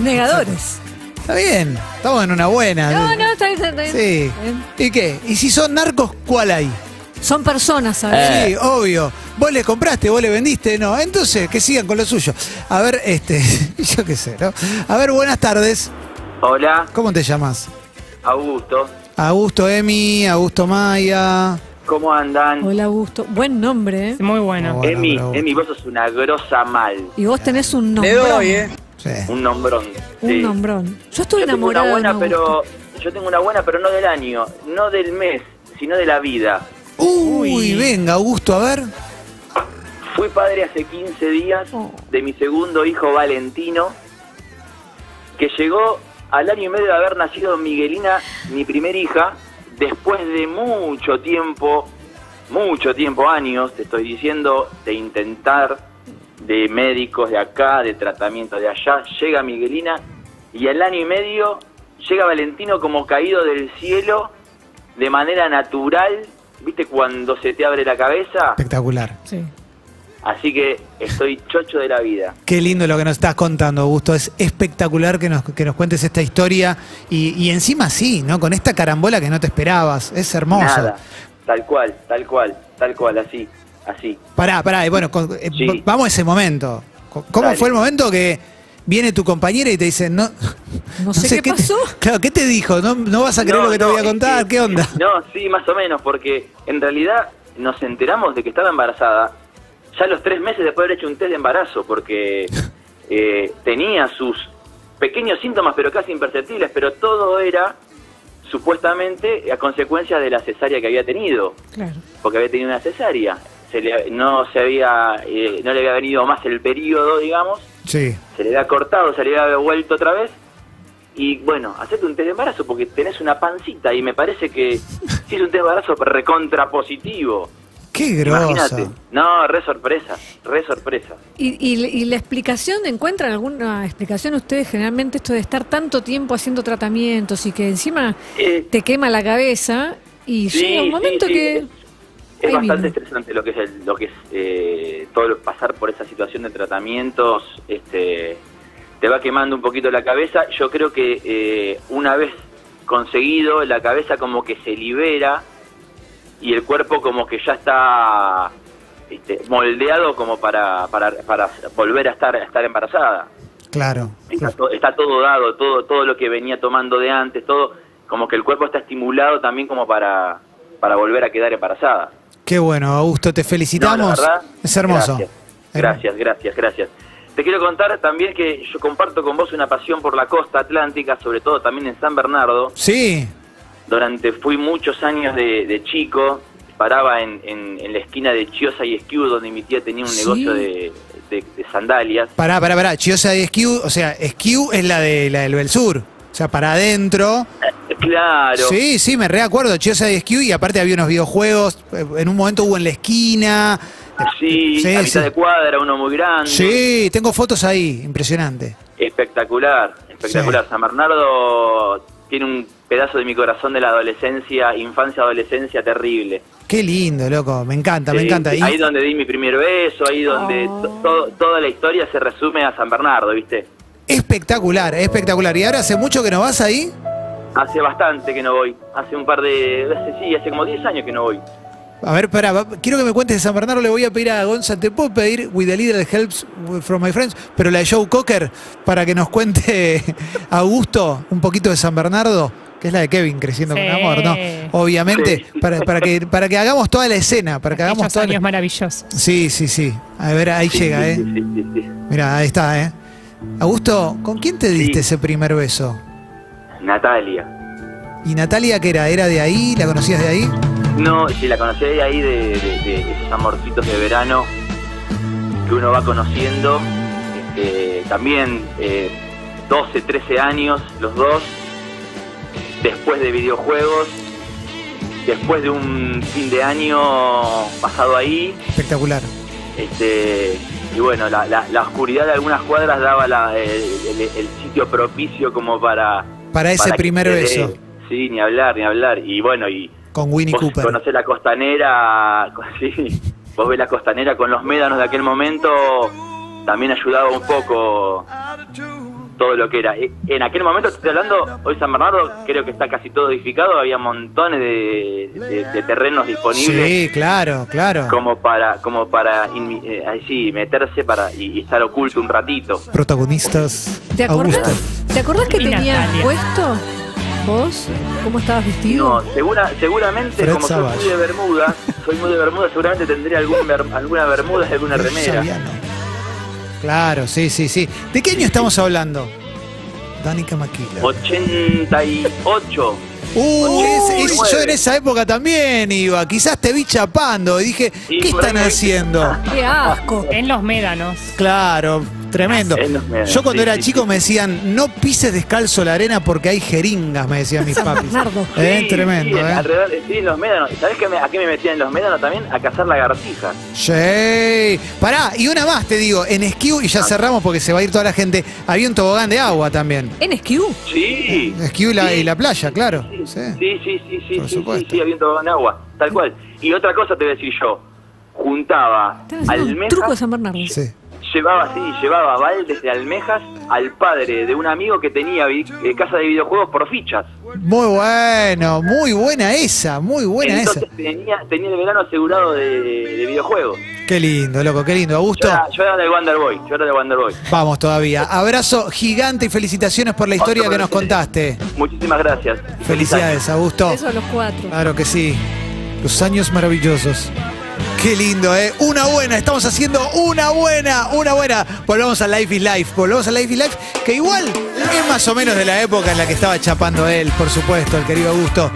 [SPEAKER 3] Negadores.
[SPEAKER 2] Está bien, estamos en una buena.
[SPEAKER 3] No, no, está bien, está bien.
[SPEAKER 2] Sí.
[SPEAKER 3] Está bien.
[SPEAKER 2] ¿Y qué? ¿Y si son narcos, cuál hay?
[SPEAKER 3] Son personas, ¿sabes?
[SPEAKER 2] Sí, obvio. Vos le compraste, vos le vendiste, no. Entonces, que sigan con lo suyo. A ver, este, [laughs] yo qué sé, ¿no? A ver, buenas tardes.
[SPEAKER 1] Hola,
[SPEAKER 2] ¿Cómo te llamas?
[SPEAKER 1] Augusto.
[SPEAKER 2] Augusto Emi, Augusto Maya.
[SPEAKER 10] ¿Cómo andan?
[SPEAKER 3] Hola, Augusto. Buen nombre, ¿eh?
[SPEAKER 4] Es Muy bueno.
[SPEAKER 2] Hola,
[SPEAKER 10] Emi,
[SPEAKER 2] bravo.
[SPEAKER 10] Emi, vos sos una grosa mal.
[SPEAKER 3] Y vos tenés un nombre.
[SPEAKER 10] Le doy, ¿eh?
[SPEAKER 2] Sí.
[SPEAKER 10] Un nombrón.
[SPEAKER 3] Un
[SPEAKER 10] sí.
[SPEAKER 3] nombrón. Yo estoy
[SPEAKER 10] Yo tengo una
[SPEAKER 3] enamorada
[SPEAKER 10] buena,
[SPEAKER 3] de un
[SPEAKER 10] pero.
[SPEAKER 3] Augusto.
[SPEAKER 10] Yo tengo una buena, pero no del año, no del mes, sino de la vida.
[SPEAKER 2] Uy,
[SPEAKER 4] Uy.
[SPEAKER 2] venga, Augusto, a ver.
[SPEAKER 10] Fui padre hace 15 días
[SPEAKER 3] Oh.
[SPEAKER 10] de mi segundo hijo Valentino, que llegó al año y medio de haber nacido Miguelina, mi primer hija, después de mucho tiempo, mucho tiempo, años, te estoy diciendo, de intentar, de médicos de acá, de tratamiento de allá, llega Miguelina y al año y medio llega Valentino como caído del cielo de manera natural, ¿viste cuando se te abre la cabeza?
[SPEAKER 2] Espectacular.
[SPEAKER 4] Sí.
[SPEAKER 10] Así que estoy chocho de la vida.
[SPEAKER 2] Qué lindo lo que nos estás contando, Augusto. Es espectacular que nos, que nos cuentes esta historia. Y, y encima sí, ¿no? Con esta carambola que no te esperabas. Es hermoso.
[SPEAKER 10] Nada. Tal cual, tal cual, tal cual, así, así.
[SPEAKER 2] Pará, pará, y bueno, con- eh,
[SPEAKER 10] Sí.
[SPEAKER 2] v- vamos a ese momento. Co- ¿Cómo
[SPEAKER 10] Dale.
[SPEAKER 2] fue el momento que viene tu compañera y te dice, no,
[SPEAKER 3] No sé qué
[SPEAKER 2] te-
[SPEAKER 3] pasó.
[SPEAKER 2] [laughs] claro, ¿qué te dijo? No, no vas a creer
[SPEAKER 10] No,
[SPEAKER 2] lo que te
[SPEAKER 10] no,
[SPEAKER 2] voy a
[SPEAKER 10] es
[SPEAKER 2] contar,
[SPEAKER 10] que-
[SPEAKER 2] ¿qué onda?
[SPEAKER 10] No, sí, más o menos, porque en realidad nos enteramos de que estaba embarazada ya los tres meses después de haber hecho un test de embarazo, porque eh, tenía sus pequeños síntomas, pero casi imperceptibles, pero todo era supuestamente a consecuencia de la cesárea que había tenido,
[SPEAKER 3] Claro.
[SPEAKER 10] porque había tenido una cesárea. se le, no se había eh, no le había venido más el periodo, digamos,
[SPEAKER 2] Sí.
[SPEAKER 10] se le había cortado, se le había vuelto otra vez. Y bueno, hacete un test de embarazo porque tenés una pancita y me
[SPEAKER 2] [laughs]
[SPEAKER 10] parece que sí es un test de embarazo recontrapositivo.
[SPEAKER 2] Qué
[SPEAKER 10] Imagínate.
[SPEAKER 2] grosa.
[SPEAKER 10] No, re sorpresa, re sorpresa.
[SPEAKER 3] Y, y- y la explicación, ¿encuentran alguna explicación ustedes generalmente esto de estar tanto tiempo haciendo tratamientos y que encima
[SPEAKER 10] Eh,
[SPEAKER 3] te quema la cabeza y
[SPEAKER 10] Sí,
[SPEAKER 3] llega un
[SPEAKER 10] sí,
[SPEAKER 3] momento
[SPEAKER 10] sí.
[SPEAKER 3] que...
[SPEAKER 10] Es
[SPEAKER 3] Ahí vino.
[SPEAKER 10] bastante estresante lo que es el- lo que es eh, todo lo- pasar por esa situación de tratamientos, este, te va quemando un poquito la cabeza. Yo creo que eh, una vez conseguido la cabeza como que se libera y el cuerpo como que ya está este, moldeado como para, para, para volver a estar a estar embarazada.
[SPEAKER 2] Claro.
[SPEAKER 10] Está, to- está todo dado, todo todo lo que venía tomando de antes, todo como que el cuerpo está estimulado también como para para volver a quedar embarazada.
[SPEAKER 2] Qué bueno, Augusto, te
[SPEAKER 10] No, la
[SPEAKER 2] felicitamos.
[SPEAKER 10] verdad,
[SPEAKER 2] es hermoso.
[SPEAKER 10] Gracias, gracias, gracias, gracias. Te quiero contar también que yo comparto con vos una pasión por la costa atlántica, sobre todo también en San Bernardo.
[SPEAKER 2] Sí,
[SPEAKER 10] Durante fui muchos años de, de chico, paraba en, en- en la esquina de Chiosa y Esquiú, donde mi tía tenía un
[SPEAKER 3] Sí.
[SPEAKER 10] negocio de, de- de sandalias.
[SPEAKER 2] pará, pará, pará. Chiosa de Esquiú, o sea, Esquiú es la de la del Bel Sur. O sea, para adentro.
[SPEAKER 10] Eh, Claro.
[SPEAKER 2] Sí, sí, me reacuerdo. Chiosa de Esquiú y aparte había unos videojuegos. eh, En un momento hubo en la esquina.
[SPEAKER 10] Sí,
[SPEAKER 2] Sí,
[SPEAKER 10] a mitad
[SPEAKER 2] sí.
[SPEAKER 10] de cuadra, uno muy grande.
[SPEAKER 2] Sí, tengo fotos ahí, impresionante.
[SPEAKER 10] Espectacular, espectacular. San Bernardo tiene un pedazo de mi corazón de la adolescencia, infancia, adolescencia terrible.
[SPEAKER 2] Qué lindo, loco, me encanta, me
[SPEAKER 10] Sí,
[SPEAKER 2] encanta.
[SPEAKER 10] sí,
[SPEAKER 2] Y-
[SPEAKER 10] Ahí donde di mi primer beso, ahí donde
[SPEAKER 3] Oh.
[SPEAKER 10] to- to- toda la historia se resume a San Bernardo, ¿viste?
[SPEAKER 2] espectacular, espectacular. ¿Y ahora hace mucho que no vas ahí?
[SPEAKER 10] Hace bastante que no voy, hace un par de, hace, sí, hace como 10 años que no voy.
[SPEAKER 2] A ver, pará, va- quiero que me cuentes de San Bernardo, le voy a pedir a Gonza, te puedo pedir With the Leader Helps from My Friends, pero la de Joe Cocker, para que nos cuente [laughs] Augusto un poquito de San Bernardo, que es la de Kevin creciendo
[SPEAKER 4] Sí.
[SPEAKER 2] con amor, ¿no? Obviamente, para, para que, para que hagamos toda la escena, para que hagamos
[SPEAKER 4] Aquellos
[SPEAKER 2] toda
[SPEAKER 4] años
[SPEAKER 2] la...
[SPEAKER 4] maravillosos.
[SPEAKER 2] Sí, sí, sí. A ver, ahí
[SPEAKER 10] Sí,
[SPEAKER 2] llega,
[SPEAKER 10] sí,
[SPEAKER 2] ¿eh?
[SPEAKER 10] sí, sí, sí.
[SPEAKER 2] Mira, ahí está, ¿eh? Augusto, ¿con quién te diste
[SPEAKER 10] Sí.
[SPEAKER 2] ese primer beso?
[SPEAKER 10] Natalia.
[SPEAKER 2] ¿Y Natalia qué era? ¿Era de ahí? ¿La conocías de ahí?
[SPEAKER 10] No, sí, la conocí de ahí de, de- de esos amorcitos de verano que uno va conociendo. este, también eh, 12, 13 años, los dos. Después de videojuegos. Después de un fin de año pasado ahí,
[SPEAKER 2] Espectacular.
[SPEAKER 10] Este, y bueno, la, la- la oscuridad de algunas cuadras daba la- el, el- el sitio propicio como para...
[SPEAKER 2] Para ese
[SPEAKER 10] para que
[SPEAKER 2] primer
[SPEAKER 10] se dé.
[SPEAKER 2] beso,
[SPEAKER 10] Sí, ni hablar, ni hablar. Y bueno, y
[SPEAKER 2] con Winnie
[SPEAKER 10] vos
[SPEAKER 2] Cooper.
[SPEAKER 10] conocés la costanera, con- [laughs] sí, vos ves la costanera con los médanos de aquel momento, también ayudaba un poco todo lo que era. E- En aquel momento, te estoy hablando, hoy San Bernardo creo que está casi todo edificado, había montones de, de- de terrenos disponibles
[SPEAKER 2] Sí, claro, claro.
[SPEAKER 10] como para como para inmi- eh, ahí sí, meterse para y, y estar oculto un ratito
[SPEAKER 2] Protagonistas.
[SPEAKER 3] ¿Te acordás,
[SPEAKER 2] Augusto.
[SPEAKER 3] ¿te acordás que
[SPEAKER 4] Y
[SPEAKER 3] tenías
[SPEAKER 4] Natalia.
[SPEAKER 3] puesto vos? ¿Cómo estabas vestido?
[SPEAKER 10] no segura seguramente
[SPEAKER 2] Fred
[SPEAKER 10] como
[SPEAKER 2] Savage.
[SPEAKER 10] soy muy de Bermuda soy muy de Bermuda seguramente tendría algún ver- alguna Bermuda alguna remera
[SPEAKER 2] Sabiano. Claro, sí, sí, sí. ¿De qué año estamos hablando? Danica Maquila.
[SPEAKER 10] 88
[SPEAKER 2] Uh, es- es- yo en
[SPEAKER 10] 89.
[SPEAKER 2] esa época también iba. Quizás te vi chapando y dije,
[SPEAKER 10] Y
[SPEAKER 2] ¿qué
[SPEAKER 10] por
[SPEAKER 2] están
[SPEAKER 10] ahí me-
[SPEAKER 2] haciendo?
[SPEAKER 3] ¡Qué asco!
[SPEAKER 4] En los médanos.
[SPEAKER 2] Claro, tremendo.
[SPEAKER 10] En los medios,
[SPEAKER 2] Yo cuando
[SPEAKER 10] sí,
[SPEAKER 2] era
[SPEAKER 10] sí,
[SPEAKER 2] chico
[SPEAKER 10] sí.
[SPEAKER 2] me decían, no pises descalzo la arena porque hay jeringas, me decían mis papis.
[SPEAKER 3] Bernardo.
[SPEAKER 2] Eh,
[SPEAKER 10] Sí,
[SPEAKER 2] tremendo,
[SPEAKER 10] sí, en-
[SPEAKER 2] ¿eh?
[SPEAKER 10] alrededor- sí, en los médanos sabes qué me- a qué me metía en los médanos también a cazar lagartijas
[SPEAKER 2] Sí. Pará, y una más te digo, en esquiú,
[SPEAKER 10] Ah.
[SPEAKER 2] y ya cerramos porque se va a ir toda la gente, había un tobogán de agua también.
[SPEAKER 3] En SQ.
[SPEAKER 10] sí
[SPEAKER 2] Esquiú y la,
[SPEAKER 10] Sí.
[SPEAKER 2] y la playa, claro. Sí.
[SPEAKER 10] Sí, sí, sí, sí, sí,
[SPEAKER 2] Por
[SPEAKER 10] sí, sí,
[SPEAKER 2] supuesto.
[SPEAKER 10] sí, habiendo en agua, tal cual. Y otra cosa te voy a decir yo, juntaba
[SPEAKER 3] Están haciendo un
[SPEAKER 10] almejas,
[SPEAKER 3] truco de San Bernardo.
[SPEAKER 2] Sí.
[SPEAKER 10] llevaba, sí, llevaba baldes de almejas al padre de un amigo que tenía vi- eh, casa de videojuegos por fichas.
[SPEAKER 2] Muy bueno, muy buena esa, muy buena
[SPEAKER 10] Entonces
[SPEAKER 2] esa.
[SPEAKER 10] tenía, tenía el verano asegurado de, de videojuegos.
[SPEAKER 2] Qué lindo, loco, qué lindo.
[SPEAKER 10] Yo
[SPEAKER 2] Augusto,
[SPEAKER 10] era, yo era de Wonderboy, yo era de Wonderboy.
[SPEAKER 2] vamos todavía. Abrazo gigante y felicitaciones por la historia
[SPEAKER 10] Otro
[SPEAKER 2] que nos
[SPEAKER 10] placer.
[SPEAKER 2] contaste.
[SPEAKER 10] Muchísimas gracias.
[SPEAKER 2] Felicidades, Augusto.
[SPEAKER 3] Eso a los cuatro.
[SPEAKER 2] Claro que sí. Los años maravillosos. Qué lindo, ¿eh? Una buena, estamos haciendo una buena, una buena. Volvamos a Life is Life, volvamos a Life is Life, que igual es más o menos de la época en la que estaba chapando él, por supuesto, el querido Augusto.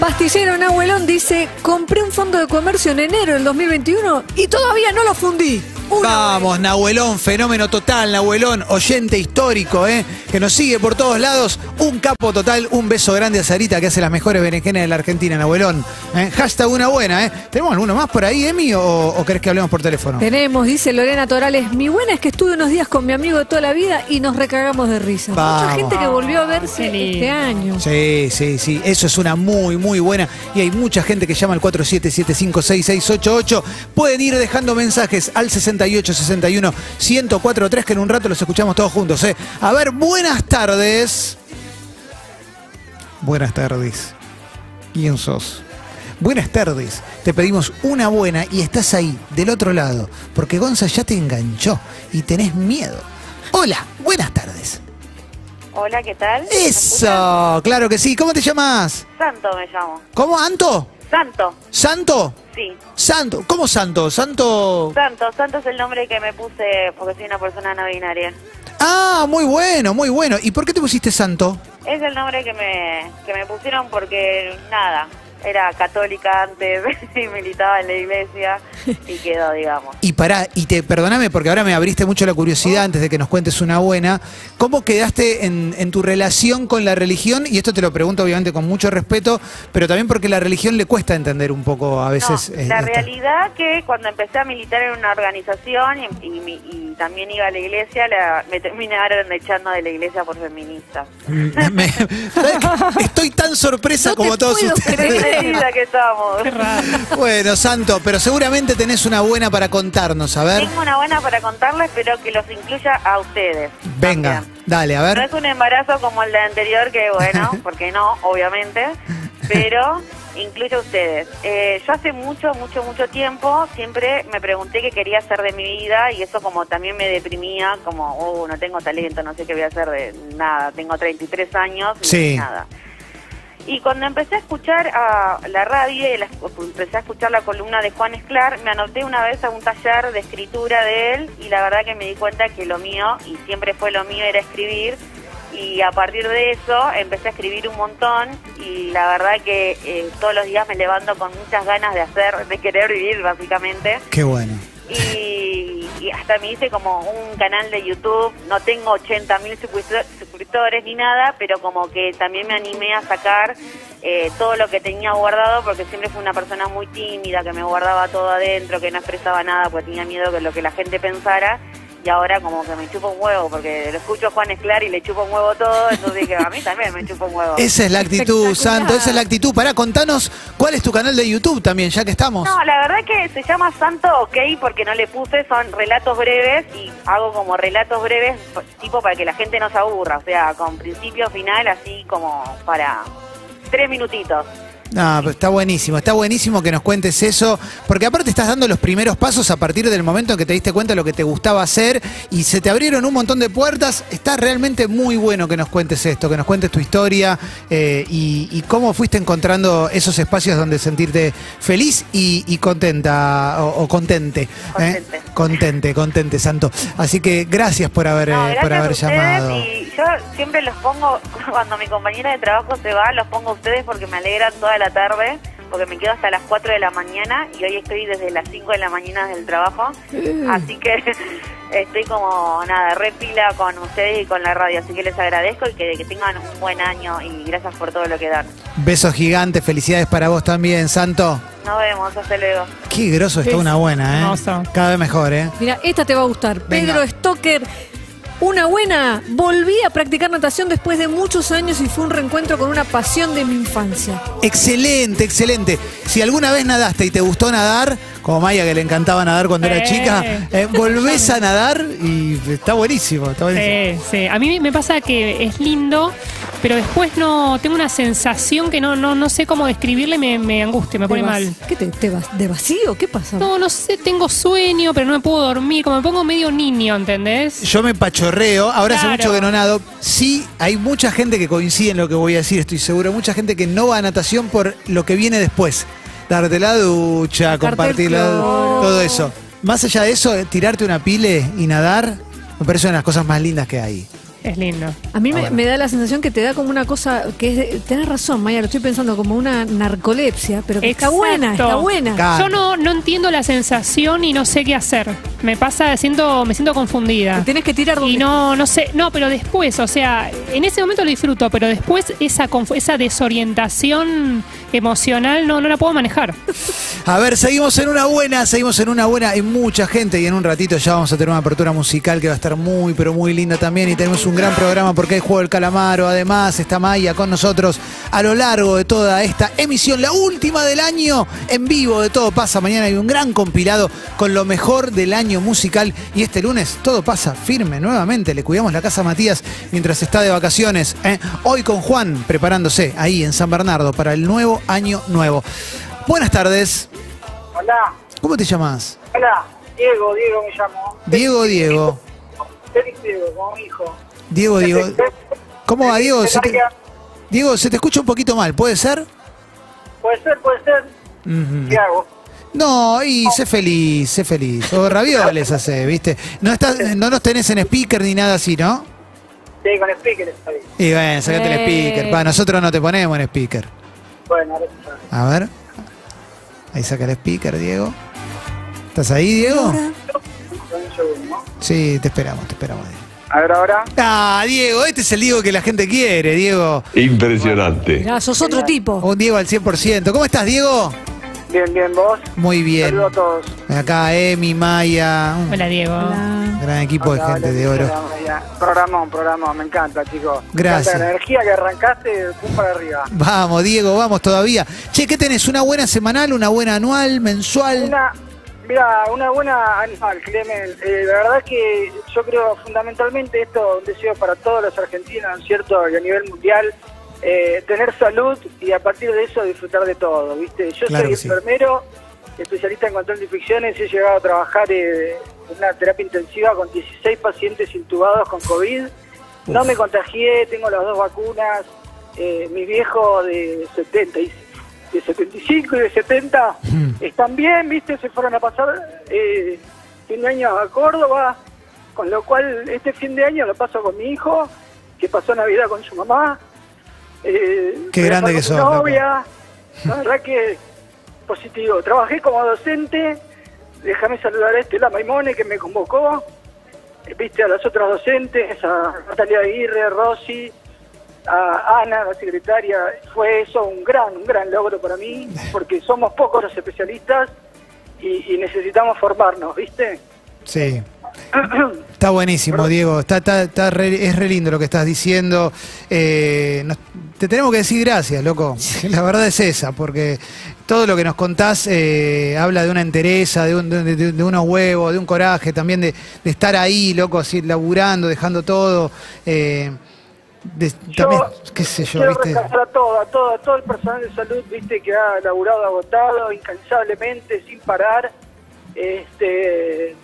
[SPEAKER 3] Pastillero Nahuelón dice, compré un fondo de comercio en enero del 2021 y todavía no lo fundí. Una
[SPEAKER 2] Vamos, Nahuelón, fenómeno total, Nahuelón, oyente histórico, ¿eh? que nos sigue por todos lados. Un capo total, un beso grande a Sarita, que hace las mejores berenjenas de la Argentina, Nahuelón. ¿eh? Hashtag una buena, ¿eh? ¿Tenemos alguno más por ahí, Emi, o, o querés que hablemos por teléfono?
[SPEAKER 3] Tenemos, dice Lorena Torales, mi buena es que estuve unos días con mi amigo de toda la vida y nos recagamos de risa. Mucha
[SPEAKER 2] Vamos.
[SPEAKER 3] gente que volvió a verse
[SPEAKER 4] Qué lindo.
[SPEAKER 3] este año.
[SPEAKER 2] Sí, sí, sí. Eso es una muy, muy buena. Y hay mucha gente que llama al 47756688. Pueden ir dejando mensajes al 6861-1043, que en un rato los escuchamos todos juntos. ¿eh? A ver, buenas tardes. Buenas tardes. ¿Quién sos? Buenas tardes. Te pedimos una buena y estás ahí, del otro lado, porque Gonza ya te enganchó y tenés miedo. Hola, buenas tardes.
[SPEAKER 11] Hola, ¿qué tal? ¿Me escuchan?
[SPEAKER 2] Eso, claro que sí. ¿Cómo te llamas?
[SPEAKER 11] Santo me llamo.
[SPEAKER 2] ¿Cómo? ¿Anto?
[SPEAKER 11] Santo,
[SPEAKER 2] ¿Santo?
[SPEAKER 11] sí.
[SPEAKER 2] ¿Santo? ¿Cómo Santo? ¿Santo?
[SPEAKER 11] Santo, Santo es el nombre que me puse porque soy una persona no binaria.
[SPEAKER 2] Ah, muy bueno, muy bueno. ¿Y por qué te pusiste Santo?
[SPEAKER 11] Es el nombre que me, que me pusieron porque, nada, era católica antes [laughs] y militaba en la iglesia y quedó, digamos.
[SPEAKER 2] Y pará, y te perdóname porque ahora me abriste mucho la curiosidad antes de que nos cuentes una buena. ¿Cómo quedaste en, en tu relación con la religión? Y esto te lo pregunto obviamente con mucho respeto, pero también porque la religión le cuesta entender un poco a veces.
[SPEAKER 11] No,
[SPEAKER 2] eh,
[SPEAKER 11] la
[SPEAKER 2] esta-
[SPEAKER 11] realidad que cuando empecé a militar en una organización y, y mi- y también iba a la iglesia, la- me terminaron echando de la iglesia por feminista.
[SPEAKER 2] Mm, me- ¿sabes qué? Estoy tan
[SPEAKER 3] [laughs]
[SPEAKER 2] sorpresa
[SPEAKER 3] No te
[SPEAKER 2] como todos
[SPEAKER 3] puedo
[SPEAKER 2] ustedes.
[SPEAKER 3] creer.
[SPEAKER 11] Feminista que estamos.
[SPEAKER 2] Bueno, Santo, pero seguramente tenés una buena para contarnos. A ver,
[SPEAKER 11] Tengo una buena para contarles, pero que los incluya a ustedes.
[SPEAKER 2] venga,
[SPEAKER 11] también.
[SPEAKER 2] dale, a
[SPEAKER 11] No
[SPEAKER 2] ver.
[SPEAKER 11] es un embarazo como el de anterior, que
[SPEAKER 2] [laughs]
[SPEAKER 11] bueno, porque no, obviamente, [laughs] pero incluye a ustedes. Eh, yo hace mucho, mucho, mucho tiempo siempre me pregunté qué quería hacer de mi vida y eso como también me deprimía, como, oh, no tengo talento, no sé qué voy a hacer de nada, tengo 33 años y
[SPEAKER 2] Sí.
[SPEAKER 11] nada. Y cuando empecé a escuchar a la radio y la- empecé a escuchar la columna de Juan Esclar, me anoté una vez a un taller de escritura de él y la verdad que me di cuenta que lo mío, y siempre fue lo mío, era escribir. Y a partir de eso empecé a escribir un montón y la verdad que eh, todos los días me levanto con muchas ganas de hacer, de querer vivir básicamente
[SPEAKER 2] Qué bueno.
[SPEAKER 11] y, y hasta me hice como un canal de YouTube. No tengo 80 mil suscriptores ni nada, pero como que también me animé a sacar eh, todo lo que tenía guardado, porque siempre fui una persona muy tímida, que me guardaba todo adentro, que no expresaba nada, porque tenía miedo que lo que la gente pensara. Y ahora como que me chupo un huevo, porque lo escucho a Juan Esclar y le chupo un huevo todo, entonces dije, a mí también me chupo un huevo.
[SPEAKER 2] Esa es la actitud,
[SPEAKER 3] Espectacular.
[SPEAKER 2] Santo, esa es la actitud. Pará, contanos cuál es tu canal de YouTube también, ya que estamos.
[SPEAKER 11] No, la verdad que se llama Santo OK porque no le puse, son relatos breves y hago como relatos breves p- tipo para que la gente no se aburra, o sea, con principio, final, así como para tres minutitos.
[SPEAKER 2] No, pero está buenísimo, está buenísimo que nos cuentes eso, porque aparte estás dando los primeros pasos a partir del momento en que te diste cuenta de lo que te gustaba hacer y se te abrieron un montón de puertas. Está realmente muy bueno que nos cuentes esto, que nos cuentes tu historia eh, y, y cómo fuiste encontrando esos espacios donde sentirte feliz y, y contenta o, o contente. ¿eh?
[SPEAKER 11] Contente.
[SPEAKER 2] Contente, contente, Santo. Así que gracias por haber,
[SPEAKER 11] No,
[SPEAKER 2] eh,
[SPEAKER 11] gracias
[SPEAKER 2] por
[SPEAKER 11] a
[SPEAKER 2] haber
[SPEAKER 11] ustedes
[SPEAKER 2] llamado.
[SPEAKER 11] y yo siempre los pongo, [laughs] cuando mi compañera de trabajo se va, los pongo a ustedes porque me alegran toda la tarde, porque me quedo hasta las 4 de la mañana y hoy estoy desde las 5 de la mañana del trabajo,
[SPEAKER 2] Eh.
[SPEAKER 11] así que [laughs] estoy como, nada, repila con ustedes y con la radio, así que les agradezco y que, que tengan un buen año y gracias por todo lo que dan.
[SPEAKER 2] Besos gigantes, felicidades para vos también, Santo.
[SPEAKER 11] Nos vemos, hasta luego.
[SPEAKER 2] Qué groso
[SPEAKER 4] Es
[SPEAKER 2] está una buena, ¿eh?
[SPEAKER 4] hermoso.
[SPEAKER 2] Cada vez mejor, ¿eh?
[SPEAKER 3] Mira, esta te va a gustar.
[SPEAKER 2] Venga.
[SPEAKER 3] Pedro Stoker. Una buena. Volví a practicar natación después de muchos años y fue un reencuentro con una pasión de mi infancia.
[SPEAKER 2] Excelente, excelente. Si alguna vez nadaste y te gustó nadar, como Maya que le encantaba nadar cuando era
[SPEAKER 4] Eh.
[SPEAKER 2] chica, eh, volvés a nadar y está buenísimo. Está buenísimo.
[SPEAKER 4] Sí, sí. A mí me pasa que es lindo, pero después no tengo una sensación que no, no, no sé cómo describirle, me, me angustia, me pone
[SPEAKER 3] De vas-
[SPEAKER 4] mal.
[SPEAKER 3] ¿Qué te, te vas- ¿De vacío? ¿Qué pasa?
[SPEAKER 4] No, no sé, tengo sueño, pero no me puedo dormir, como me pongo medio niño, ¿entendés?
[SPEAKER 2] Yo me pachorreo, ahora hace
[SPEAKER 4] Claro.
[SPEAKER 2] mucho que no nado. Sí, hay mucha gente que coincide en lo que voy a decir, estoy seguro. Mucha gente que no va a natación por lo que viene después. Darte la ducha,
[SPEAKER 3] Sacarte el
[SPEAKER 2] compartir la-
[SPEAKER 3] cloro.
[SPEAKER 2] todo eso. Más allá de eso, eh, tirarte una pile y nadar, me parece una de las cosas más lindas que hay.
[SPEAKER 4] Es lindo.
[SPEAKER 3] A mí me, me da la sensación que te da como una cosa que es. de- tenés razón, Maya, lo estoy pensando como una narcolepsia, pero que está
[SPEAKER 4] Exacto.
[SPEAKER 3] buena, está buena.
[SPEAKER 4] Yo no, no entiendo la sensación y no sé qué hacer. Me pasa, siento, me siento confundida.
[SPEAKER 3] Tienes que tirar
[SPEAKER 4] Y no, no sé, no, pero después, o sea, en ese momento lo disfruto, pero después esa, confu- esa desorientación emocional no, no la puedo manejar.
[SPEAKER 2] A ver, seguimos en una buena, seguimos en una buena. Hay mucha gente y en un ratito ya vamos a tener una apertura musical que va a estar muy, pero muy linda también. Y tenemos un gran programa porque hay Juego del Calamaro. Además, está Maya con nosotros a lo largo de toda esta emisión, la última del año, en vivo de Todo Pasa. Mañana hay un gran compilado con lo mejor del año musical. Y este lunes todo pasa firme nuevamente. Le cuidamos la casa a Matías mientras está de vacaciones. ¿eh? Hoy con Juan preparándose ahí en San Bernardo para el nuevo año nuevo. Buenas tardes.
[SPEAKER 12] Hola,
[SPEAKER 2] ¿Cómo te llamas?
[SPEAKER 12] hola, Diego, Diego me llamo.
[SPEAKER 2] Diego, Diego.
[SPEAKER 12] Félix Diego, como mi hijo.
[SPEAKER 2] Diego, Diego. ¿Cómo va, Diego? Se te- Diego, se te escucha un poquito mal, ¿puede ser?
[SPEAKER 12] Puede ser, puede ser.
[SPEAKER 2] Ujú.
[SPEAKER 12] ¿Qué hago?
[SPEAKER 2] No, y sé feliz, sé feliz. O ravioles hace, ¿viste? No, estás, no nos tenés en speaker ni nada así, ¿no?
[SPEAKER 12] Sí, con speaker está bien.
[SPEAKER 2] Y bueno, sacate el
[SPEAKER 12] Eh.
[SPEAKER 2] speaker. Pa, nosotros no te ponemos en speaker.
[SPEAKER 12] Bueno, ahora sí.
[SPEAKER 2] A ver. Ahí saca el speaker, Diego. ¿Estás ahí, Diego? Sí, te esperamos, te esperamos.
[SPEAKER 12] A ver ahora.
[SPEAKER 2] Ah, Diego, este es el Diego que la gente quiere, Diego.
[SPEAKER 13] Impresionante.
[SPEAKER 3] Ya, Ah, sos otro tipo.
[SPEAKER 2] Un Diego al 100%. ¿Cómo estás, Diego?
[SPEAKER 12] Bien, bien, vos.
[SPEAKER 2] Muy bien.
[SPEAKER 12] Saludos a todos.
[SPEAKER 2] Acá Emi, Maya, un
[SPEAKER 4] Hola, Diego.
[SPEAKER 2] gran equipo de
[SPEAKER 12] Hola,
[SPEAKER 2] gente de
[SPEAKER 12] hola,
[SPEAKER 2] oro.
[SPEAKER 12] hola, hola. Programón, programón, me encanta, chicos. Me
[SPEAKER 2] Gracias.
[SPEAKER 12] encanta La energía que arrancaste, pum para arriba.
[SPEAKER 2] Vamos, Diego, vamos todavía. Che, ¿qué tenés? ¿Una buena semanal, una buena anual, mensual?
[SPEAKER 12] Una, mira, una buena anual, Clemen. Eh, la verdad que yo creo fundamentalmente esto es un deseo para todos los argentinos, ¿no es cierto? Y a nivel mundial, eh, tener salud y a partir de eso disfrutar de todo, ¿viste? Yo
[SPEAKER 14] Claro
[SPEAKER 12] soy
[SPEAKER 14] que sí.
[SPEAKER 12] enfermero, especialista en control de infecciones, he llegado a trabajar eh, en una terapia intensiva con 16 pacientes intubados con COVID. No me contagié, tengo las dos vacunas. Eh, mi viejo de 70 y de 75 y de 70 están bien, ¿viste? Se fueron a pasar eh, fin de año a Córdoba, con lo cual este fin de año lo paso con mi hijo, que pasó Navidad con su mamá. eh,
[SPEAKER 2] Qué
[SPEAKER 12] voy a
[SPEAKER 2] grande
[SPEAKER 12] pasar con mi
[SPEAKER 2] que sos, loco.
[SPEAKER 12] novia. La verdad que positivo. Trabajé como docente, déjame saludar a Estela Maimone que me convocó, eh, viste a las otras docentes, a Natalia Aguirre, a Rossi, a Ana, la secretaria, fue eso un gran, un gran logro para mí, porque somos pocos los especialistas y, y necesitamos formarnos, ¿viste?
[SPEAKER 2] Sí. Está buenísimo, Diego. Está, está, está re- es re lindo lo que estás diciendo. Eh, nos- te tenemos que decir gracias, loco. La verdad es esa, porque todo lo que nos contás eh, habla de una entereza, de, un- de- de- de unos huevos, de un coraje, también de, de estar ahí, loco, así, laburando, dejando todo. eh, de- también, qué sé yo,
[SPEAKER 12] Quiero
[SPEAKER 2] ¿viste?
[SPEAKER 12] rescatar a todo, a todo, a todo el personal de salud, viste, que ha laburado agotado, incansablemente, sin parar. Este,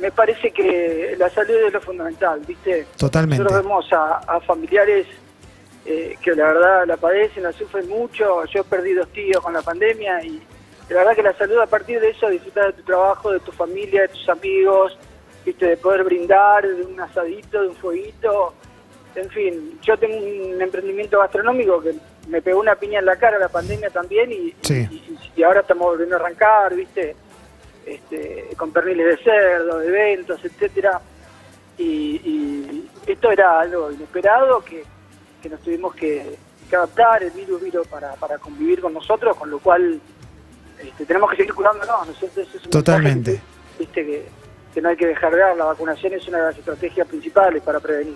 [SPEAKER 12] me parece que la salud es lo fundamental, viste.
[SPEAKER 2] Totalmente.
[SPEAKER 12] Nosotros vemos a, a familiares eh, que la verdad la padecen, la sufren mucho. Yo perdí dos tíos con la pandemia y la verdad que la salud a partir de eso, disfrutar de tu trabajo, de tu familia, de tus amigos, viste, de poder brindar, de un asadito, de un fueguito. En fin, yo tengo un emprendimiento gastronómico que me pegó una piña en la cara la pandemia también y, y ahora estamos volviendo a arrancar, viste, este, con perniles de cerdo, de ventos, etcétera. Y, y esto era algo inesperado que, que nos tuvimos que, que adaptar, el virus vino para, para convivir con nosotros, con lo cual este, tenemos que seguir curándonos, ¿no es cierto? Ese es un
[SPEAKER 2] Totalmente.
[SPEAKER 12] mensaje, viste, que, que no hay que dejar de dar, la vacunación es una de las estrategias principales para prevenir.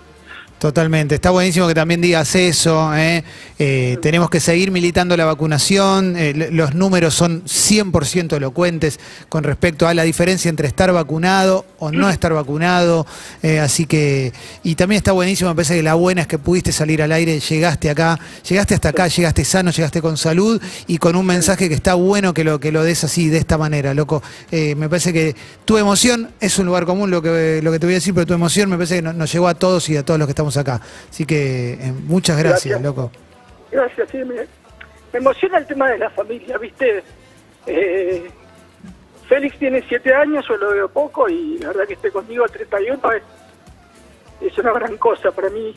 [SPEAKER 2] Totalmente, está buenísimo que también digas eso. ¿eh? Eh, tenemos que seguir militando la vacunación. eh, l- los números son 100% elocuentes con respecto a la diferencia entre estar vacunado o no estar vacunado. eh, así que, y también está buenísimo, me parece que la buena es que pudiste salir al aire, llegaste acá, llegaste hasta acá, llegaste sano, llegaste con salud y con un mensaje que está bueno que lo, que lo des así, de esta manera, loco. Eh, me parece que tu emoción es un lugar común, lo que, lo que te voy a decir, pero tu emoción me parece que no- nos llegó a todos y a todos los que estamos acá. Así que eh, muchas gracias,
[SPEAKER 12] Gracias.
[SPEAKER 2] loco.
[SPEAKER 12] Gracias, sí, me, me emociona el tema de la familia, ¿viste? Eh, Félix tiene siete años, yo lo veo poco y la verdad que esté conmigo a 31 es, es una gran cosa para mí.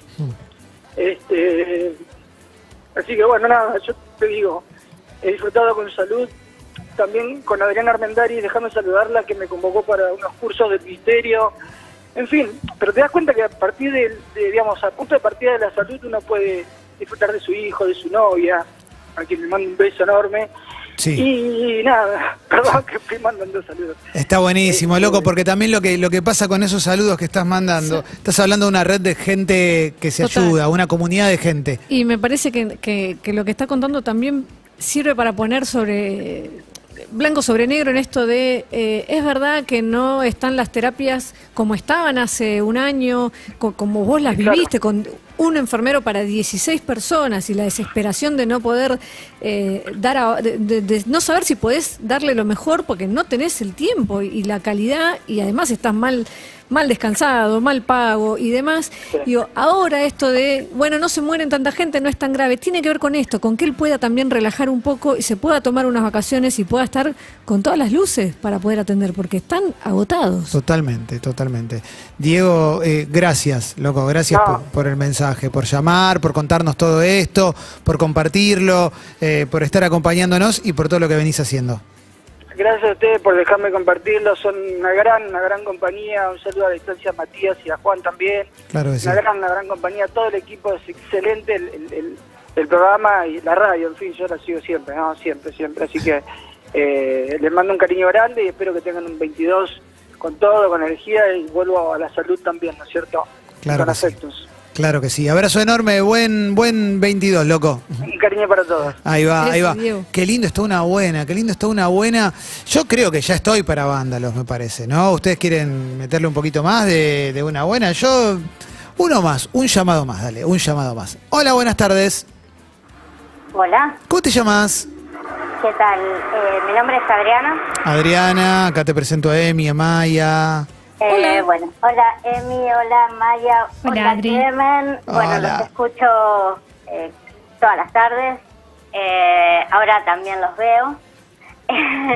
[SPEAKER 12] Este, así que bueno, nada, yo te digo, he disfrutado con salud, también con Adriana Armendari, déjame saludarla, que me convocó para unos cursos de misterio, en fin, pero te das cuenta que a partir del, de, digamos, a punto de partida de la salud uno puede disfrutar de su hijo, de su novia, a quien le mando un beso enorme. Y, nada, [laughs] perdón que estoy mandando saludos.
[SPEAKER 2] Está buenísimo, loco, porque también lo que, lo que pasa con esos saludos que estás mandando, estás hablando de una red de gente que se
[SPEAKER 3] Total.
[SPEAKER 2] ayuda, una comunidad de gente.
[SPEAKER 3] Y me parece que, que- que lo que está contando también sirve para poner sobre blanco sobre negro en esto de eh, es verdad que no están las terapias como estaban hace un año, co- como vos las viviste, con un enfermero para 16 personas y la desesperación de no poder eh, dar, a- de, de- de no saber si podés darle lo mejor porque no tenés el tiempo y, y la calidad y además estás mal mal descansado, mal pago y demás. Digo, ahora esto de, bueno, no se mueren tanta gente, no es tan grave, tiene que ver con esto, con que él pueda también relajar un poco y se pueda tomar unas vacaciones y pueda estar con todas las luces para poder atender, porque están agotados.
[SPEAKER 2] Totalmente, totalmente. Diego, eh, gracias, loco, gracias por, por el mensaje, por llamar, por contarnos todo esto, por compartirlo, eh, por estar acompañándonos y por todo lo que venís haciendo.
[SPEAKER 12] Gracias a ustedes por dejarme compartirlo, son una gran, una gran compañía, un saludo a la distancia a Matías y a Juan también.
[SPEAKER 2] Claro que sí.
[SPEAKER 12] Una gran, una gran compañía, todo el equipo es excelente, el, el- el- el programa y la radio, en fin, yo la sigo siempre, ¿no? Siempre, siempre. Así que eh, les mando un cariño grande y espero que tengan un 22 con todo, con energía y vuelvo a la salud también, ¿no es cierto?
[SPEAKER 2] Claro
[SPEAKER 12] con
[SPEAKER 2] que sí.
[SPEAKER 12] afectos.
[SPEAKER 2] Claro que sí. Abrazo enorme, buen, buen 22, loco.
[SPEAKER 12] Un cariño para todos.
[SPEAKER 2] Ahí va, ahí
[SPEAKER 12] Eso,
[SPEAKER 2] va.
[SPEAKER 12] Diego.
[SPEAKER 2] Qué lindo está una buena, qué lindo está una buena. Yo creo que ya estoy para vándalos, me parece, ¿no? ¿Ustedes quieren meterle un poquito más de, de una buena? Yo, uno más, un llamado más, dale, un llamado más. Hola, buenas tardes.
[SPEAKER 13] Hola,
[SPEAKER 2] ¿Cómo te llamas?
[SPEAKER 13] ¿qué tal? Eh, mi nombre es Adriana.
[SPEAKER 2] Adriana, acá te presento a Emi, a Maya.
[SPEAKER 13] Eh, Bueno, hola Emi, hola Maya, hola, Clemen. Bueno,
[SPEAKER 2] Hola.
[SPEAKER 13] los escucho eh, todas las tardes. Eh, ahora también los veo.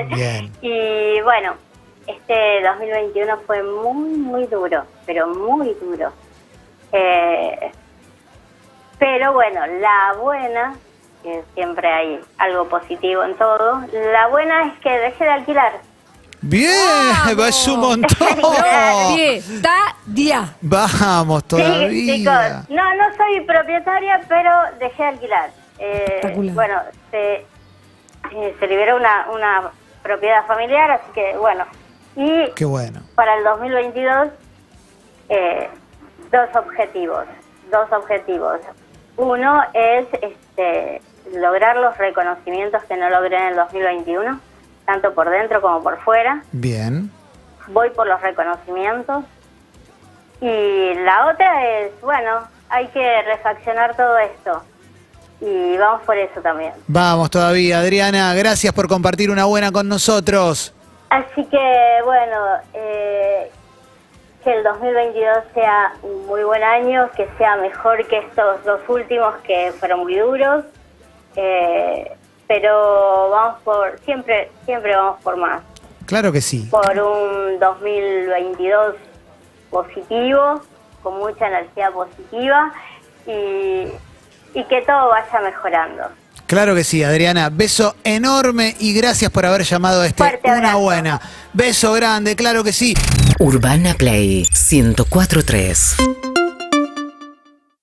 [SPEAKER 13] [laughs]
[SPEAKER 2] Bien.
[SPEAKER 13] y bueno, este 2021 fue muy, muy duro, pero muy duro. Eh, pero bueno, la buena, que siempre hay algo positivo en todo, la buena es que dejé de alquilar.
[SPEAKER 2] Bien, [laughs] vas un
[SPEAKER 13] [laughs]
[SPEAKER 2] montón.
[SPEAKER 3] Día.
[SPEAKER 2] Vamos
[SPEAKER 13] Sí,
[SPEAKER 2] todavía.
[SPEAKER 13] chicos, no, no soy propietaria, pero dejé de alquilar. Eh,
[SPEAKER 2] Espectacular.
[SPEAKER 13] bueno, se, eh, se liberó una, una propiedad familiar, así que bueno. Y
[SPEAKER 2] Qué bueno.
[SPEAKER 13] para el 2022 eh, dos objetivos dos objetivos uno es este, lograr los reconocimientos que no logré en el 2021 tanto por dentro como por fuera
[SPEAKER 2] Bien.
[SPEAKER 13] voy por los reconocimientos y la otra es bueno hay que refaccionar todo esto y vamos por eso también
[SPEAKER 2] Vamos todavía, Adriana. Gracias por compartir una buena con nosotros.
[SPEAKER 13] Así que, bueno, eh, que el 2022 sea un muy buen año, que sea mejor que estos dos últimos que fueron muy duros. eh, pero vamos por, siempre, siempre vamos por más.
[SPEAKER 2] Claro que sí.
[SPEAKER 13] Por un 2022 positivo, con mucha energía positiva y, y que todo vaya mejorando.
[SPEAKER 2] Claro que sí, Adriana. Beso enorme y gracias por haber llamado a este Una Buena. Beso grande, claro que sí.
[SPEAKER 14] Urbana Play 1043.